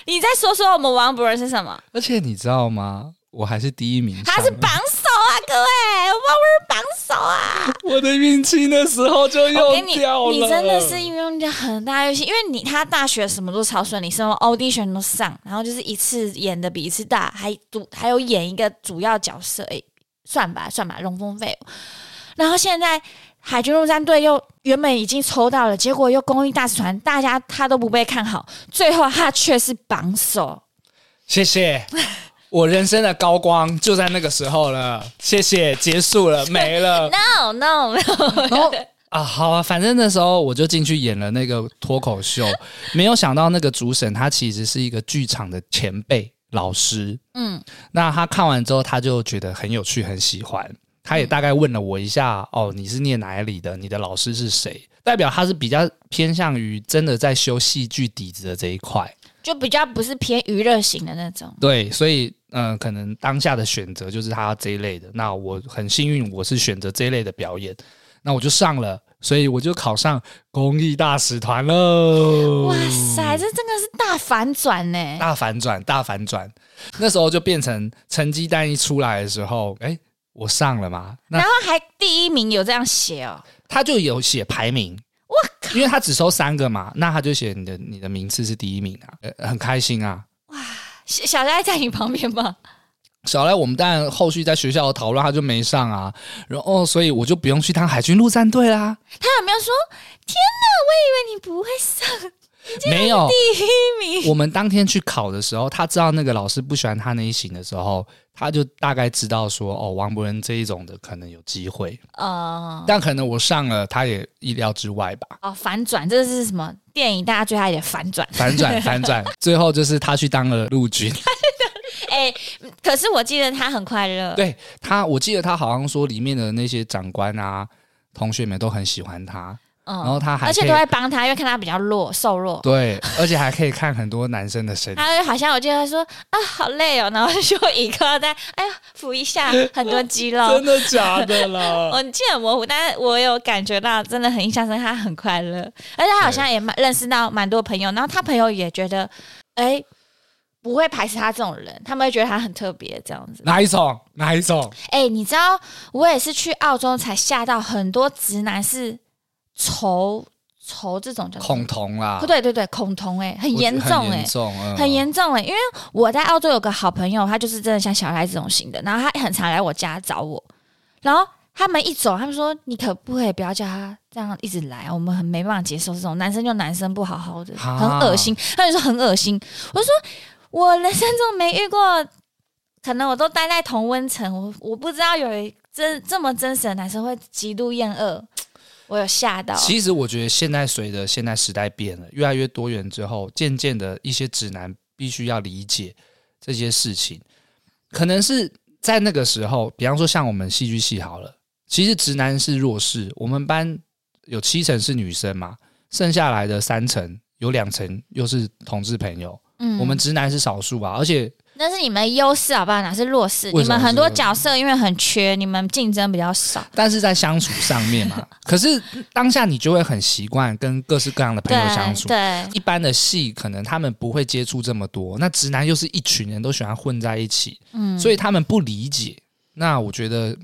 S1: 你再说说我们王博仁是什么？
S2: 而且你知道吗？我还是第一名上了，
S1: 他是榜首啊，各位，王博仁榜首啊！
S2: 我的运气那时候就
S1: 我给
S2: 用
S1: 你，
S2: 掉了。
S1: 你真的是用着很大运气，因为你他大学什么都超顺利，什么 audition 都上，然后就是一次演的比一次大，还主还有演一个主要角色，哎、算吧算吧，龙凤飞。然后现在海军陆战队又原本已经抽到了，结果又公益大使团，大家他都不被看好，最后他却是榜首。
S2: 谢谢。 我人生的高光就在那个时候了，谢谢，结 束了，没了。
S1: No no，没有
S2: 然后啊，好啊，反正那时候我就进去演了那个脱口秀， 没有想到那个主审他其实是一个剧场的前辈老师，
S1: 嗯，
S2: 那他看完之后，他就觉得很有趣，很喜欢。
S1: 嗯
S2: 他也大概问了我一下，哦，你是念哪里的？你的老师是谁？代表他是比较偏向于真的在修戏剧底子的这一块。
S1: 就比较不是偏娱乐型的那种。
S2: 对，所以嗯、呃可能当下的选择就是他这一类的。那我很幸运，我是选择这一类的表演，那我就上了，所以我就考上公益大使团喽。
S1: 哇塞，这真的是大反转呢、
S2: 大反转，大反转！那时候就变成成绩单一出来的时候，哎、我上了嘛？那
S1: 然后还第一名有这样写哦，
S2: 他就有写排名。我因为他只收三个嘛，那他就写你的你的名次是第一名啊，呃、很开心啊。
S1: 小小赖在你旁边 吗？
S2: 小赖，我们当然后续在学校的讨论，他就没上啊，然后所以我就不用去当海军陆战队啦，
S1: 他有没有说？天哪，我以为你不会上
S2: 没有。
S1: 第一名。
S2: 我们当天去考的时候，他知道那个老师不喜欢他那一型的时候，他就大概知道说，哦，王伯仁这一种的可能有机会，
S1: 呃，
S2: 但可能我上了，他也意料之外吧。
S1: 哦，反转，这是什么电影？大家最爱的反转。
S2: 反转，反转，最后就是他去当了陆军。
S1: 哎、可是我记得他很快乐。
S2: 对他，我记得他好像说里面的那些长官啊、同学们都很喜欢他，
S1: 嗯
S2: 然后他还
S1: 而且
S2: 可以
S1: 都在帮他，因为看他比较弱，瘦弱。
S2: 对，而且还可以看很多男生的身体。
S1: 他就好像我记得他说啊，好累哦，然后就一个在哎呀扶一下，很多肌 肉。
S2: 真的假的啦？
S1: 我记得很模糊，但是我有感觉到，真的很印象深刻，他很快乐，而且他好像也蛮认识到蛮多朋友，然后他朋友也觉得，哎、不会排斥他这种人，他们会觉得他很特别这样子。
S2: 哪一种？哪一种？
S1: 哎、你知道我也是去澳洲才吓到很多直男是仇仇这种叫什么
S2: 恐同啦
S1: 不，对对对恐同哎、很
S2: 我觉
S1: 严
S2: 得
S1: 重
S2: 很
S1: 哎、
S2: 严重，嗯
S1: 很。严重哎、因为我在澳洲有个好朋友，他就是真的像小孩这种型的，然后他很常来我家找我，然后他们一走，他们说你可不可以不要叫他这样一直来，我们很没办法接受这种男生就男生不好好的，
S2: 啊
S1: 很恶心，他就说很恶心，我就说我人生中没遇过，可能我都待在同温层，我我不知道有一真这么真实的男生会极度厌恶，我有吓到，
S2: 其实我觉得现在随着现在时代变了，越来越多元之后，渐渐的一些直男必须要理解这些事情，可能是在那个时候，比方说像我们戏剧系好了，其实直男是弱势，我们班有七成是女生嘛，剩下来的三成有两成又是同志朋友，
S1: 嗯
S2: 我们直男是少数啊吧，而且
S1: 那是你们优势啊好不好？哪是弱势？
S2: 为
S1: 你
S2: 什么
S1: 们
S2: 是
S1: 很多
S2: 弱势
S1: 角色因为很缺，你们竞争比较少。
S2: 但是在相处上 面嘛，可是当下你就会很习惯跟各式各样的朋
S1: 对
S2: 友相处。
S1: 对，
S2: 一般的戏可能他们不会接触这么多，那直男又是一群人都喜欢混在一起，
S1: 嗯，
S2: 所以他们不理解。那我觉得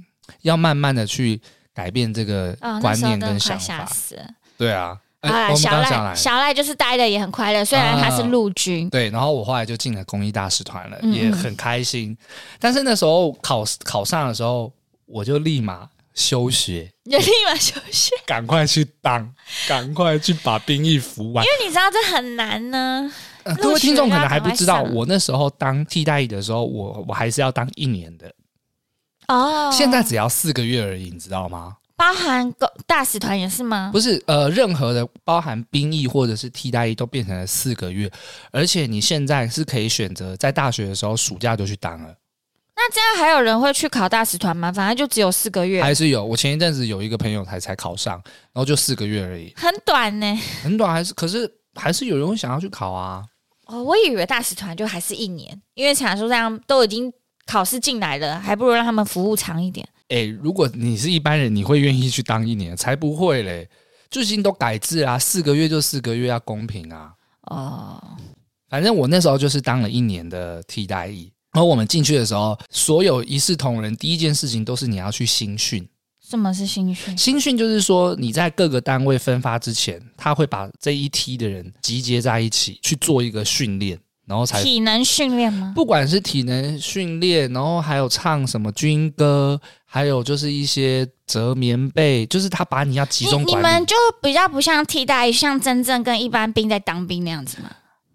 S2: 要慢慢的去改变这个
S1: 啊、那
S2: 观
S1: 时候
S2: 念
S1: 真的
S2: 跟
S1: 快
S2: 想
S1: 吓
S2: 法。
S1: 死了。
S2: 对啊，哎
S1: 好啦，
S2: 我们
S1: 小
S2: 刚刚讲来啊
S1: 赖小赖就是待的也很快乐，虽然他是陆军，
S2: 对，然后我后来就进了公益大使团了，
S1: 嗯
S2: 也很开心。但是那时候考考上的时候，我就立马休学，
S1: 你就立马休学，
S2: 赶快去当， 赶快去把兵役服完。
S1: 因为你知道这很难呢。
S2: 呃
S1: 入
S2: 各位听众
S1: 学
S2: 可
S1: 要
S2: 能还不
S1: 赶快
S2: 知道，
S1: 上
S2: 我那时候当替代役的时候，我我还是要当一年的，
S1: 哦，
S2: 现在只要四个月而已，你知道吗？
S1: 包含公大使团也是吗？
S2: 不是，呃，任何的包含兵役或者是替代役都变成了四个月，而且你现在是可以选择在大学的时候暑假就去当了，
S1: 那这样还有人会去考大使团吗？反正就只有四个月，
S2: 还是有。我前一阵子有一个朋友才才考上，然后就四个月而已，
S1: 很短呢、
S2: 很短，还是可是还是有人会想要去考啊。
S1: 哦，我以为大使团就还是一年，因为想说这样都已经考试进来了，还不如让他们服务长一点。
S2: 诶，哎如果你是一般人，你会愿意去当一年？才不会嘞！最近都改制啊，四个月就四个月，要公平啊。
S1: 哦，
S2: 反正我那时候就是当了一年的替代役。然后我们进去的时候，所有一视同仁，第一件事情都是你要去新训。
S1: 什么是新训？
S2: 新训就是说你在各个单位分发之前，他会把这一梯的人集结在一起去做一个训练，然后才
S1: 体能训练吗？
S2: 不管是体能训练，然后还有唱什么军歌，还有就是一些折棉被，就是他把你要集
S1: 你
S2: 中
S1: 你
S2: 管
S1: 们
S2: 理。
S1: 就比较不像替代役，像真正跟一般兵在当兵那样子嘛。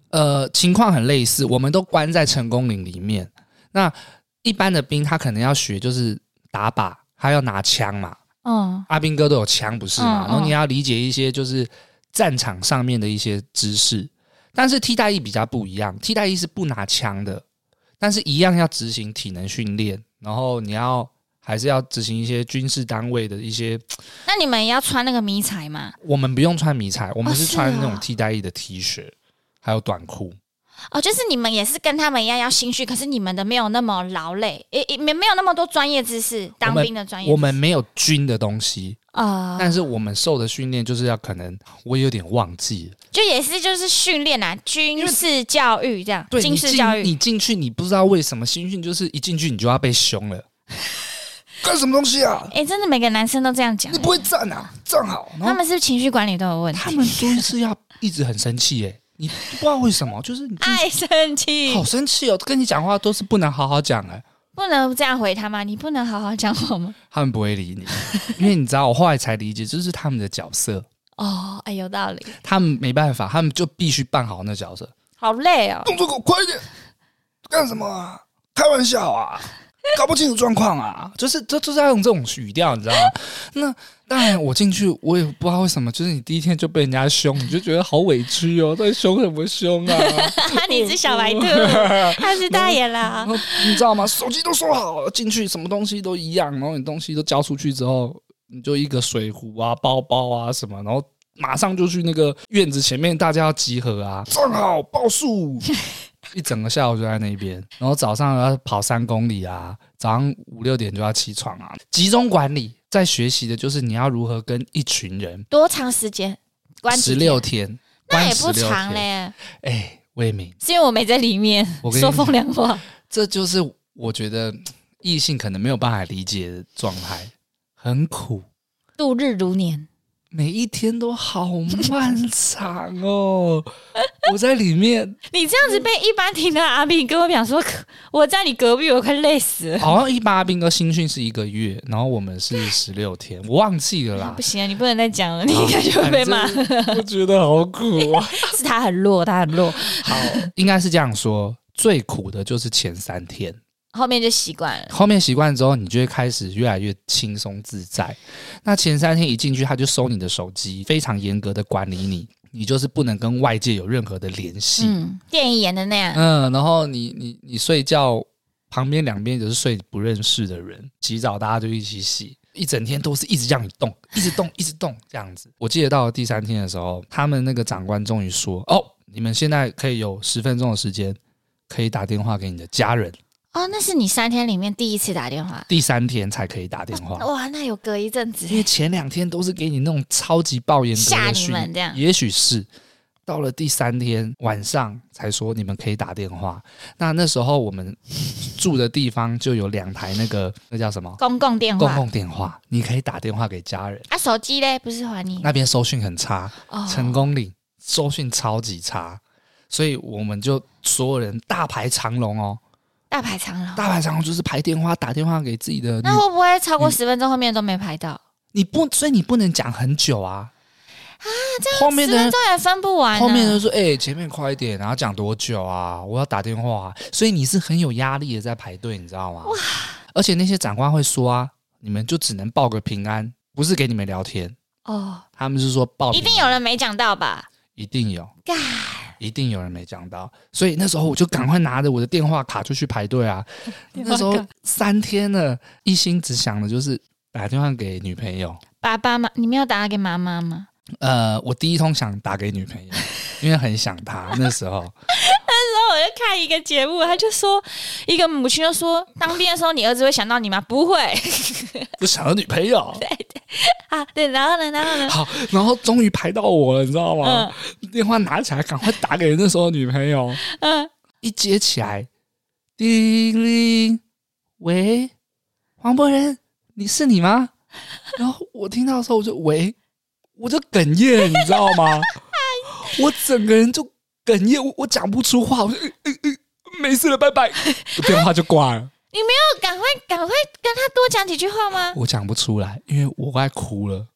S2: 呃，情况很类似，我们都关在成功岭里面。那一般的兵他可能要学就是打靶，他要拿枪嘛，
S1: 嗯，
S2: 阿兵哥都有枪不是
S1: 嗯
S2: 嘛？
S1: 嗯
S2: 然后你要理解一些就是战场上面的一些知识。但是替代役比较不一样，替代役是不拿枪的，但是一样要执行体能训练，然后你要还是要执行一些军事单位的一些。
S1: 那你们也要穿那个迷彩嘛？
S2: 我们不用穿迷彩，我们
S1: 哦
S2: 是
S1: 是
S2: 穿
S1: 啊
S2: 那种替代役的 T 恤，还有短裤。
S1: 哦，就是你们也是跟他们一样要心虚，可是你们的没有那么劳累，也也没没有那么多专业知识，当兵的专业知识
S2: 我们没有军的东西，
S1: 啊、
S2: 但是我们受的训练就是要可能我也有点忘记了。
S1: 就也是就是训练啊，军事教育这样，
S2: 对，
S1: 军
S2: 你
S1: 事
S2: 进
S1: 教育。
S2: 你进去，你不知道为什么新训就是一进去你就要被凶了，干什么东西啊？
S1: 哎、真的每个男生都这样讲
S2: 你，不会站啊，站好。然
S1: 他
S2: 后
S1: 们是不是情绪管理都有问题？
S2: 他们都是要一直很生气耶、你不知道为什么，就是你进去
S1: 爱生气
S2: 好，生气哦，跟你讲话都是不能好好讲哎、
S1: 不能这样回他吗？你不能好好讲我吗？
S2: 他们不会理你，因为你知道我后来才理解，这是他们的角色，
S1: 哦，哎，有道理，
S2: 他们没办法，他们就必须扮好那角色。
S1: 好累哦。
S2: 动作给我快一点！干什么啊？开玩笑啊？搞不清楚状况啊？就是就就是要用这种语调，你知道吗？ 那当然，我进去我也不知道为什么，就是你第一天就被人家凶，你就觉得好委屈哦，在凶什么凶啊？
S1: 你是小白兔， 他是大野
S2: 然
S1: 狼。
S2: 后你知道吗？手机都收好了，进去什么东西都一样，然后你东西都交出去之后，你就一个水壶啊、包包啊什么，然后马上就去那个院子前面，大家要集 合啊，站好报数，一整个下午就在那边，然后早上要跑三公里啊，早上五六点就要起床啊，集中管理。在学习的就是你要如何跟一群人
S1: 多长时间？关几
S2: 十
S1: 天
S2: 六，天，
S1: 那也
S2: 关
S1: 不
S2: 16天
S1: 长。嘞，
S2: 哎，魏明，
S1: 是因为我没在里面
S2: 我跟你
S1: 说风凉话。
S2: 这就是我觉得嗯异性可能没有办法理解的状态，很苦，
S1: 度日如年，
S2: 每一天都好漫长哦。我在里面
S1: 你这样子被一般听到阿斌跟我讲说，可我在你隔壁，我快累死了。
S2: 好像一八兵哥新训是一个月，然后我们是十六天，我忘记了啦
S1: 不。行啊，你不能再讲了，你应该就会被骂。
S2: 哦反正我觉得好苦啊。
S1: 是他很弱，他很弱，
S2: 好，应该是这样说，最苦的就是前三天。
S1: 后面就习惯了。
S2: 后面习惯之后，你就会开始越来越轻松自在。那前三天一进去，他就收你的手机，非常严格的管理你。你就是不能跟外界有任何的联系。
S3: 嗯，
S1: 电影演的那样，
S2: 嗯，然后你你你睡觉，旁边两边就是睡不认识的人，洗澡大家就一起洗，一整天都是一直让你动，一直动，一直动这样子。我记得到了第三天的时候，他们那个长官终于说：“哦，你们现在可以有十分钟的时间，可以打电话给你的家人。
S3: 哦，那是你三天里面第一次打电话，
S2: 第三天才可以打电话，
S1: 哇，那有隔一阵子
S2: 因为前两天都是给你那种超级爆炎
S1: 吓
S2: 的
S1: 你们这样
S2: 也许是到了第三天晚上才说你们可以打电话。那那时候我们住的地方就有两台那个那叫什么
S1: 公共电
S2: 公
S1: 话
S2: 共电话，你可以打电话给家人。
S1: 啊，手机嘞不是还你
S2: 那边收讯很差，
S1: 哦
S2: 成功岭收讯超级差，所以我们就所有人大排长龙哦，
S1: 大排长龙，
S2: 大排长龙就是排电话打电话给自己的，
S1: 那会不会超过
S2: 你
S1: 十分钟后面都没排到？
S2: 你你不所以你不能讲很久啊。啊，这样后面
S1: 十
S2: 的
S1: 分
S2: 人
S1: 钟也分不完啊、
S2: 后面就说：“哎、前面快一点，然后讲多久啊？我要打电话、啊。”所以你是很有压力的在排队，你知道吗？而且那些长官会说啊，你们就只能报个平安，不是给你们聊天，
S1: 哦，
S2: 他们是说报
S1: 一
S2: 平安
S1: 定有，人没讲到吧？
S2: 一定有，
S1: 干，
S2: 一定有人没讲到。所以那时候我就赶快拿着我的电话卡就去排队 啊。那时候三天了，一心只想的就是打电话给女朋友。
S1: 爸爸妈，你没有打给妈妈吗？
S2: 呃，我第一通想打给女朋友，因为很想她。那时候，
S1: 然 后我就看一个节目，他就说一个母亲就说，当兵的时候你儿子会想到你吗？ 不会
S2: 就想要女朋友。
S1: 啊，对，然后呢，然后 呢，
S2: 好，然后终于排到我了，你知道吗
S1: 嗯？
S2: 电话拿起来，赶快打给那时候的女朋友。
S1: 嗯，
S2: 一接起来，叮铃，喂，黄伯仁，你是你吗？然后我听到的时候，我就喂，我就哽咽，你知道吗？我整个人就哽咽，我我讲不出话，我就、呃呃呃、没事了，拜拜，我电话就挂了。
S1: 就赶快赶快跟他多讲几句话吗？
S2: 我讲不出来，因为我快哭了。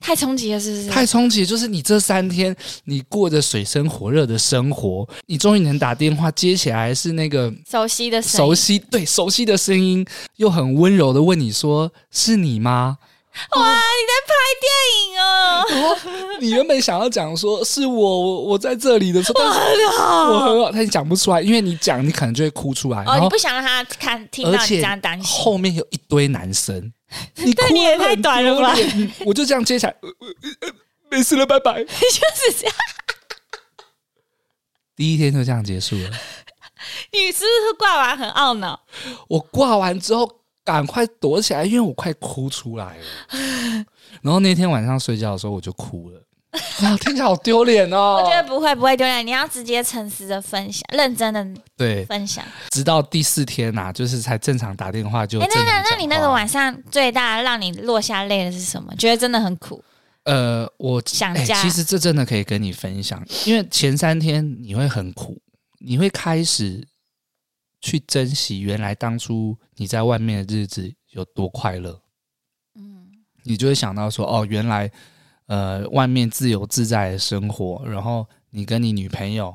S1: 太冲击了，是不是？
S2: 太冲击，就是你这三天你过着水深火热的生活，你终于能打电话接起来，是那个
S1: 熟悉的声音
S2: 熟悉对熟悉的声音，又很温柔的问你说：“是你 吗
S1: 哇，你在拍电影哦？”
S2: ，然后你原本想要讲说是我，我我在这里的时候，但是
S1: 很
S2: 我
S1: 好。
S2: 很好，但你讲不出来，因为你讲你可能就会哭出来，
S1: 哦，
S2: 然
S1: 你
S2: 后
S1: 不想让他看听
S2: 而
S1: 到你
S2: 且
S1: 这样担心，
S2: 后面有一堆男 生，你哭
S1: 对你也
S2: 得
S1: 太
S2: 很
S1: 短了
S2: 丢
S1: 吧
S2: 脸？嗯我就这样接起来，呃呃呃没事了，拜拜。
S1: 就是这样。
S2: 第一天就这样结束了。
S1: 你是不是挂完很懊恼？
S2: 我挂完之后赶快躲起来，因为我快哭出来了。 然后那天晚上睡觉的时候我就哭了，啊，听起来好丢脸哦
S1: 我。觉得不会，不会丢脸。你要直接诚实的分享，认真的
S2: 对，
S1: 分享。
S2: 直到第四天呐、就是才正常打电话就
S1: 哎、那
S2: 正常
S1: 那那
S2: 讲
S1: 你那个
S2: 话
S1: 晚上最大让你落下泪的是什么？觉得真的很苦，
S2: 呃，我
S1: 想
S2: 哎
S1: 家
S2: 其实这真的可以跟你分享，因为前三天你会很苦，你会开始去珍惜原来当初你在外面的日子有多快乐。
S1: 嗯，
S2: 你就会想到说，哦，原来呃，外面自由自在的生活，然后你跟你女朋友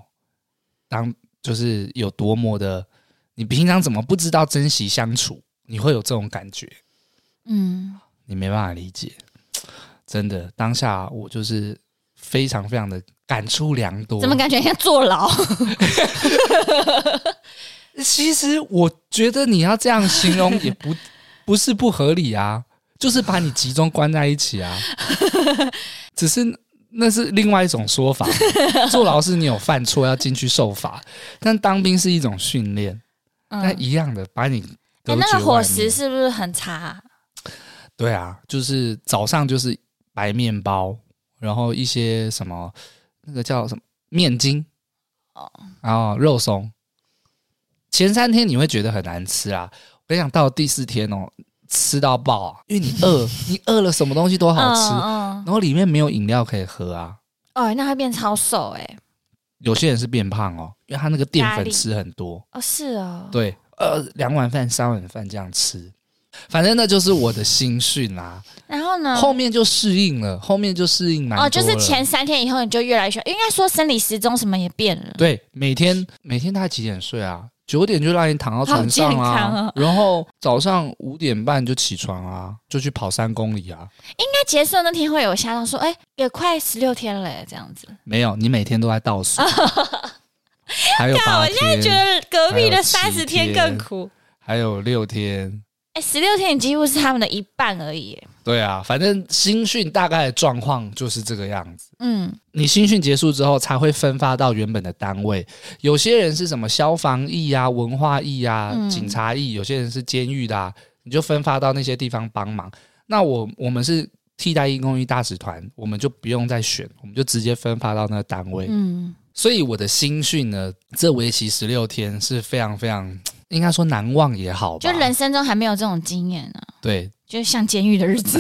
S2: 当就是有多么的，你平常怎么不知道珍惜相处？你会有这种感觉，
S1: 嗯，
S2: 你没办法理解。真的，当下我就是非常非常的感触良多。
S1: 怎么感觉像坐 牢？
S2: 其实我觉得你要这样形 容也不不是不合理啊，就是把你集中关在一起 啊，只是那是另外一种说法。 坐牢是你有犯错要进去受罚，但当兵是一种训练，
S1: 嗯，
S2: 那、
S1: 哎
S2: 一样的把你隔
S1: 那
S2: 绝、外
S1: 个
S2: 面。
S1: 伙食是不是很差啊、
S2: 对啊，就是早上就是白面包，然后一些什么那个叫什么面筋，
S1: 哦
S2: 然后肉松。前三天你会觉得很难吃啊，我跟你讲，到第四天哦，吃到爆啊，因为你 饿，你饿了什么东西都好吃，
S1: 嗯嗯，
S2: 然后里面没有饮料可以喝啊。
S1: 哦，那会变超瘦哎、
S2: 有些人是变胖哦，因为他那个淀
S1: 压
S2: 粉
S1: 力
S2: 吃很多，
S1: 哦，是哦，
S2: 对，呃，两碗饭、三碗饭这样吃，反正那就是我的心训啦、
S1: 然后呢？
S2: 后面就适应了，后面就适应蛮
S1: 嗯
S2: 多
S1: 哦，就是
S2: 了
S1: 前三天以后你就越来越喜欢，应该说生理时钟什么也变了。
S2: 对每天每天大概几点睡啊？九点就让你躺到床上
S1: 好健
S2: 啊，
S1: 康哦
S2: 然后早上五点半就起床啊，就去跑三公里啊。
S3: 那 结束的那天会有吓到说，哎、也快十六天了耶，这样子。
S2: 没有，你每天都在倒数，还有
S1: 看
S2: 八
S1: 哦我现在觉
S2: 天，
S1: 得隔壁
S2: 还有
S1: 的
S2: 七
S1: 三十天
S2: 天
S1: 更苦。
S2: 还有六天。
S1: 哎，十六天你几乎是他们的一半而已耶。
S2: 对啊，反正新训大概的状况就是这个样子。
S3: 嗯，
S2: 你新训结束之后才会分发到原本的单位。有些人是什么消防役啊、文化役啊、
S3: 嗯
S2: 警察役，有些人是监狱的、啊，你就分发到那些地方帮忙。那我我们是替代义工役大使团，我们就不用再选，我们就直接分发到那个单位。
S3: 嗯，
S2: 所以我的新训呢，这为期十六天是非常非常，应该说难忘也好吧。
S3: 就人生中还没有这种经验呢、啊，
S2: 对
S3: 就像监狱的日 子。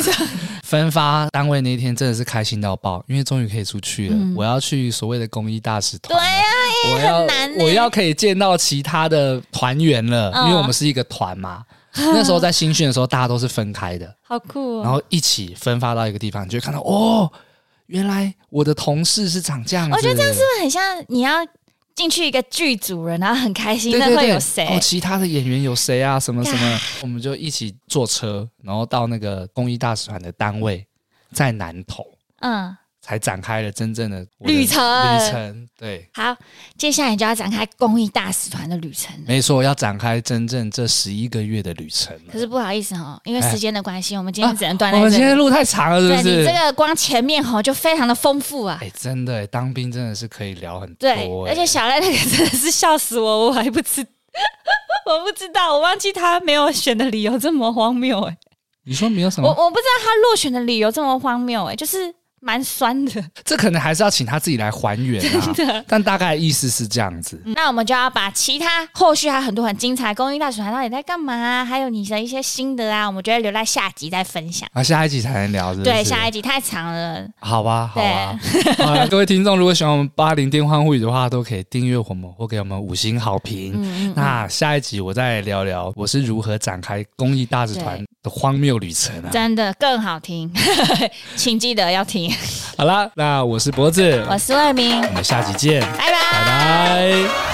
S2: 分发单位那天真的是开心到爆，因为终于可以出去了。
S3: 嗯
S2: 我要去所谓的公益大使
S1: 对
S2: 团了，
S1: 啊，
S2: 我要
S1: 很难呢
S2: 我要可以见到其他的团员了，
S1: 嗯
S2: 因为我们是一个 团嘛。那时候在新训的时候，大家都是分开的，
S1: 好酷
S2: 然
S1: 哦！
S2: 后一起分发到一个地方，你就会看到哦，原来我的同事是长这样子。
S1: 我觉得
S2: 这样是
S1: 哦这很像你要进去一个剧组了，然后很开心，
S2: 对
S1: 那
S2: 对
S1: 会
S2: 对，
S1: 有谁？
S2: 哦，其他的演员有谁啊？什么什 么？我们就一起坐车，然后到那个公益大使团的单位，在南投。
S1: 嗯，
S2: 才展开了真正的我的
S1: 旅程
S2: 旅程对，
S3: 好，接下来就要展开公益大使团的旅程了。
S2: 没错，要展开真正这十一个月的旅程了。
S3: 可是不好意思哈、哦，因为
S2: 嗯哎
S3: 时间的关系，我们今天只能断
S2: 我
S3: 在
S2: 们今
S3: 这里。
S2: 天路太长了，是
S3: 对
S2: 不
S3: 你
S2: 是？
S3: 这个光前面哈、就非常的丰富啊。
S2: 哎、真的、哎，当兵真的是可以聊很多、
S1: 对，
S2: 哎
S1: 而且小赖那个真的是笑死我，我还不知， 我不知道，我忘记他没有选的理由这么荒谬哎、
S2: 你说没有什
S1: 我
S2: 么，
S1: 我不知道他落选的理由这么荒谬哎、就是蛮酸 的，
S2: 这可能还是要请他自己来还原啊。
S1: 真的。
S2: 但大概意思是这样子。
S1: 那我们就要把其他后续还有很多很精彩公益大使团到底在干嘛、啊，还有你的一些心得啊，我们就会留在下集再分享。
S2: 啊，下一集才能聊，是不是？
S1: 对，下一集太长了，
S2: 好吧，好啊吧。 好啦各位听众，如果喜欢我们八零电幻物语的话，都可以订阅我们或给我们五星好评。
S3: 嗯嗯嗯，
S2: 那下一集我再聊聊我是如何展开公益大使团的荒谬旅程啊！
S3: 真的更好听。
S1: 请记得要 听。
S2: 好啦，那我是脖子，
S3: 我是魏明，
S2: 我们下集见，
S3: 拜拜。
S2: 拜拜。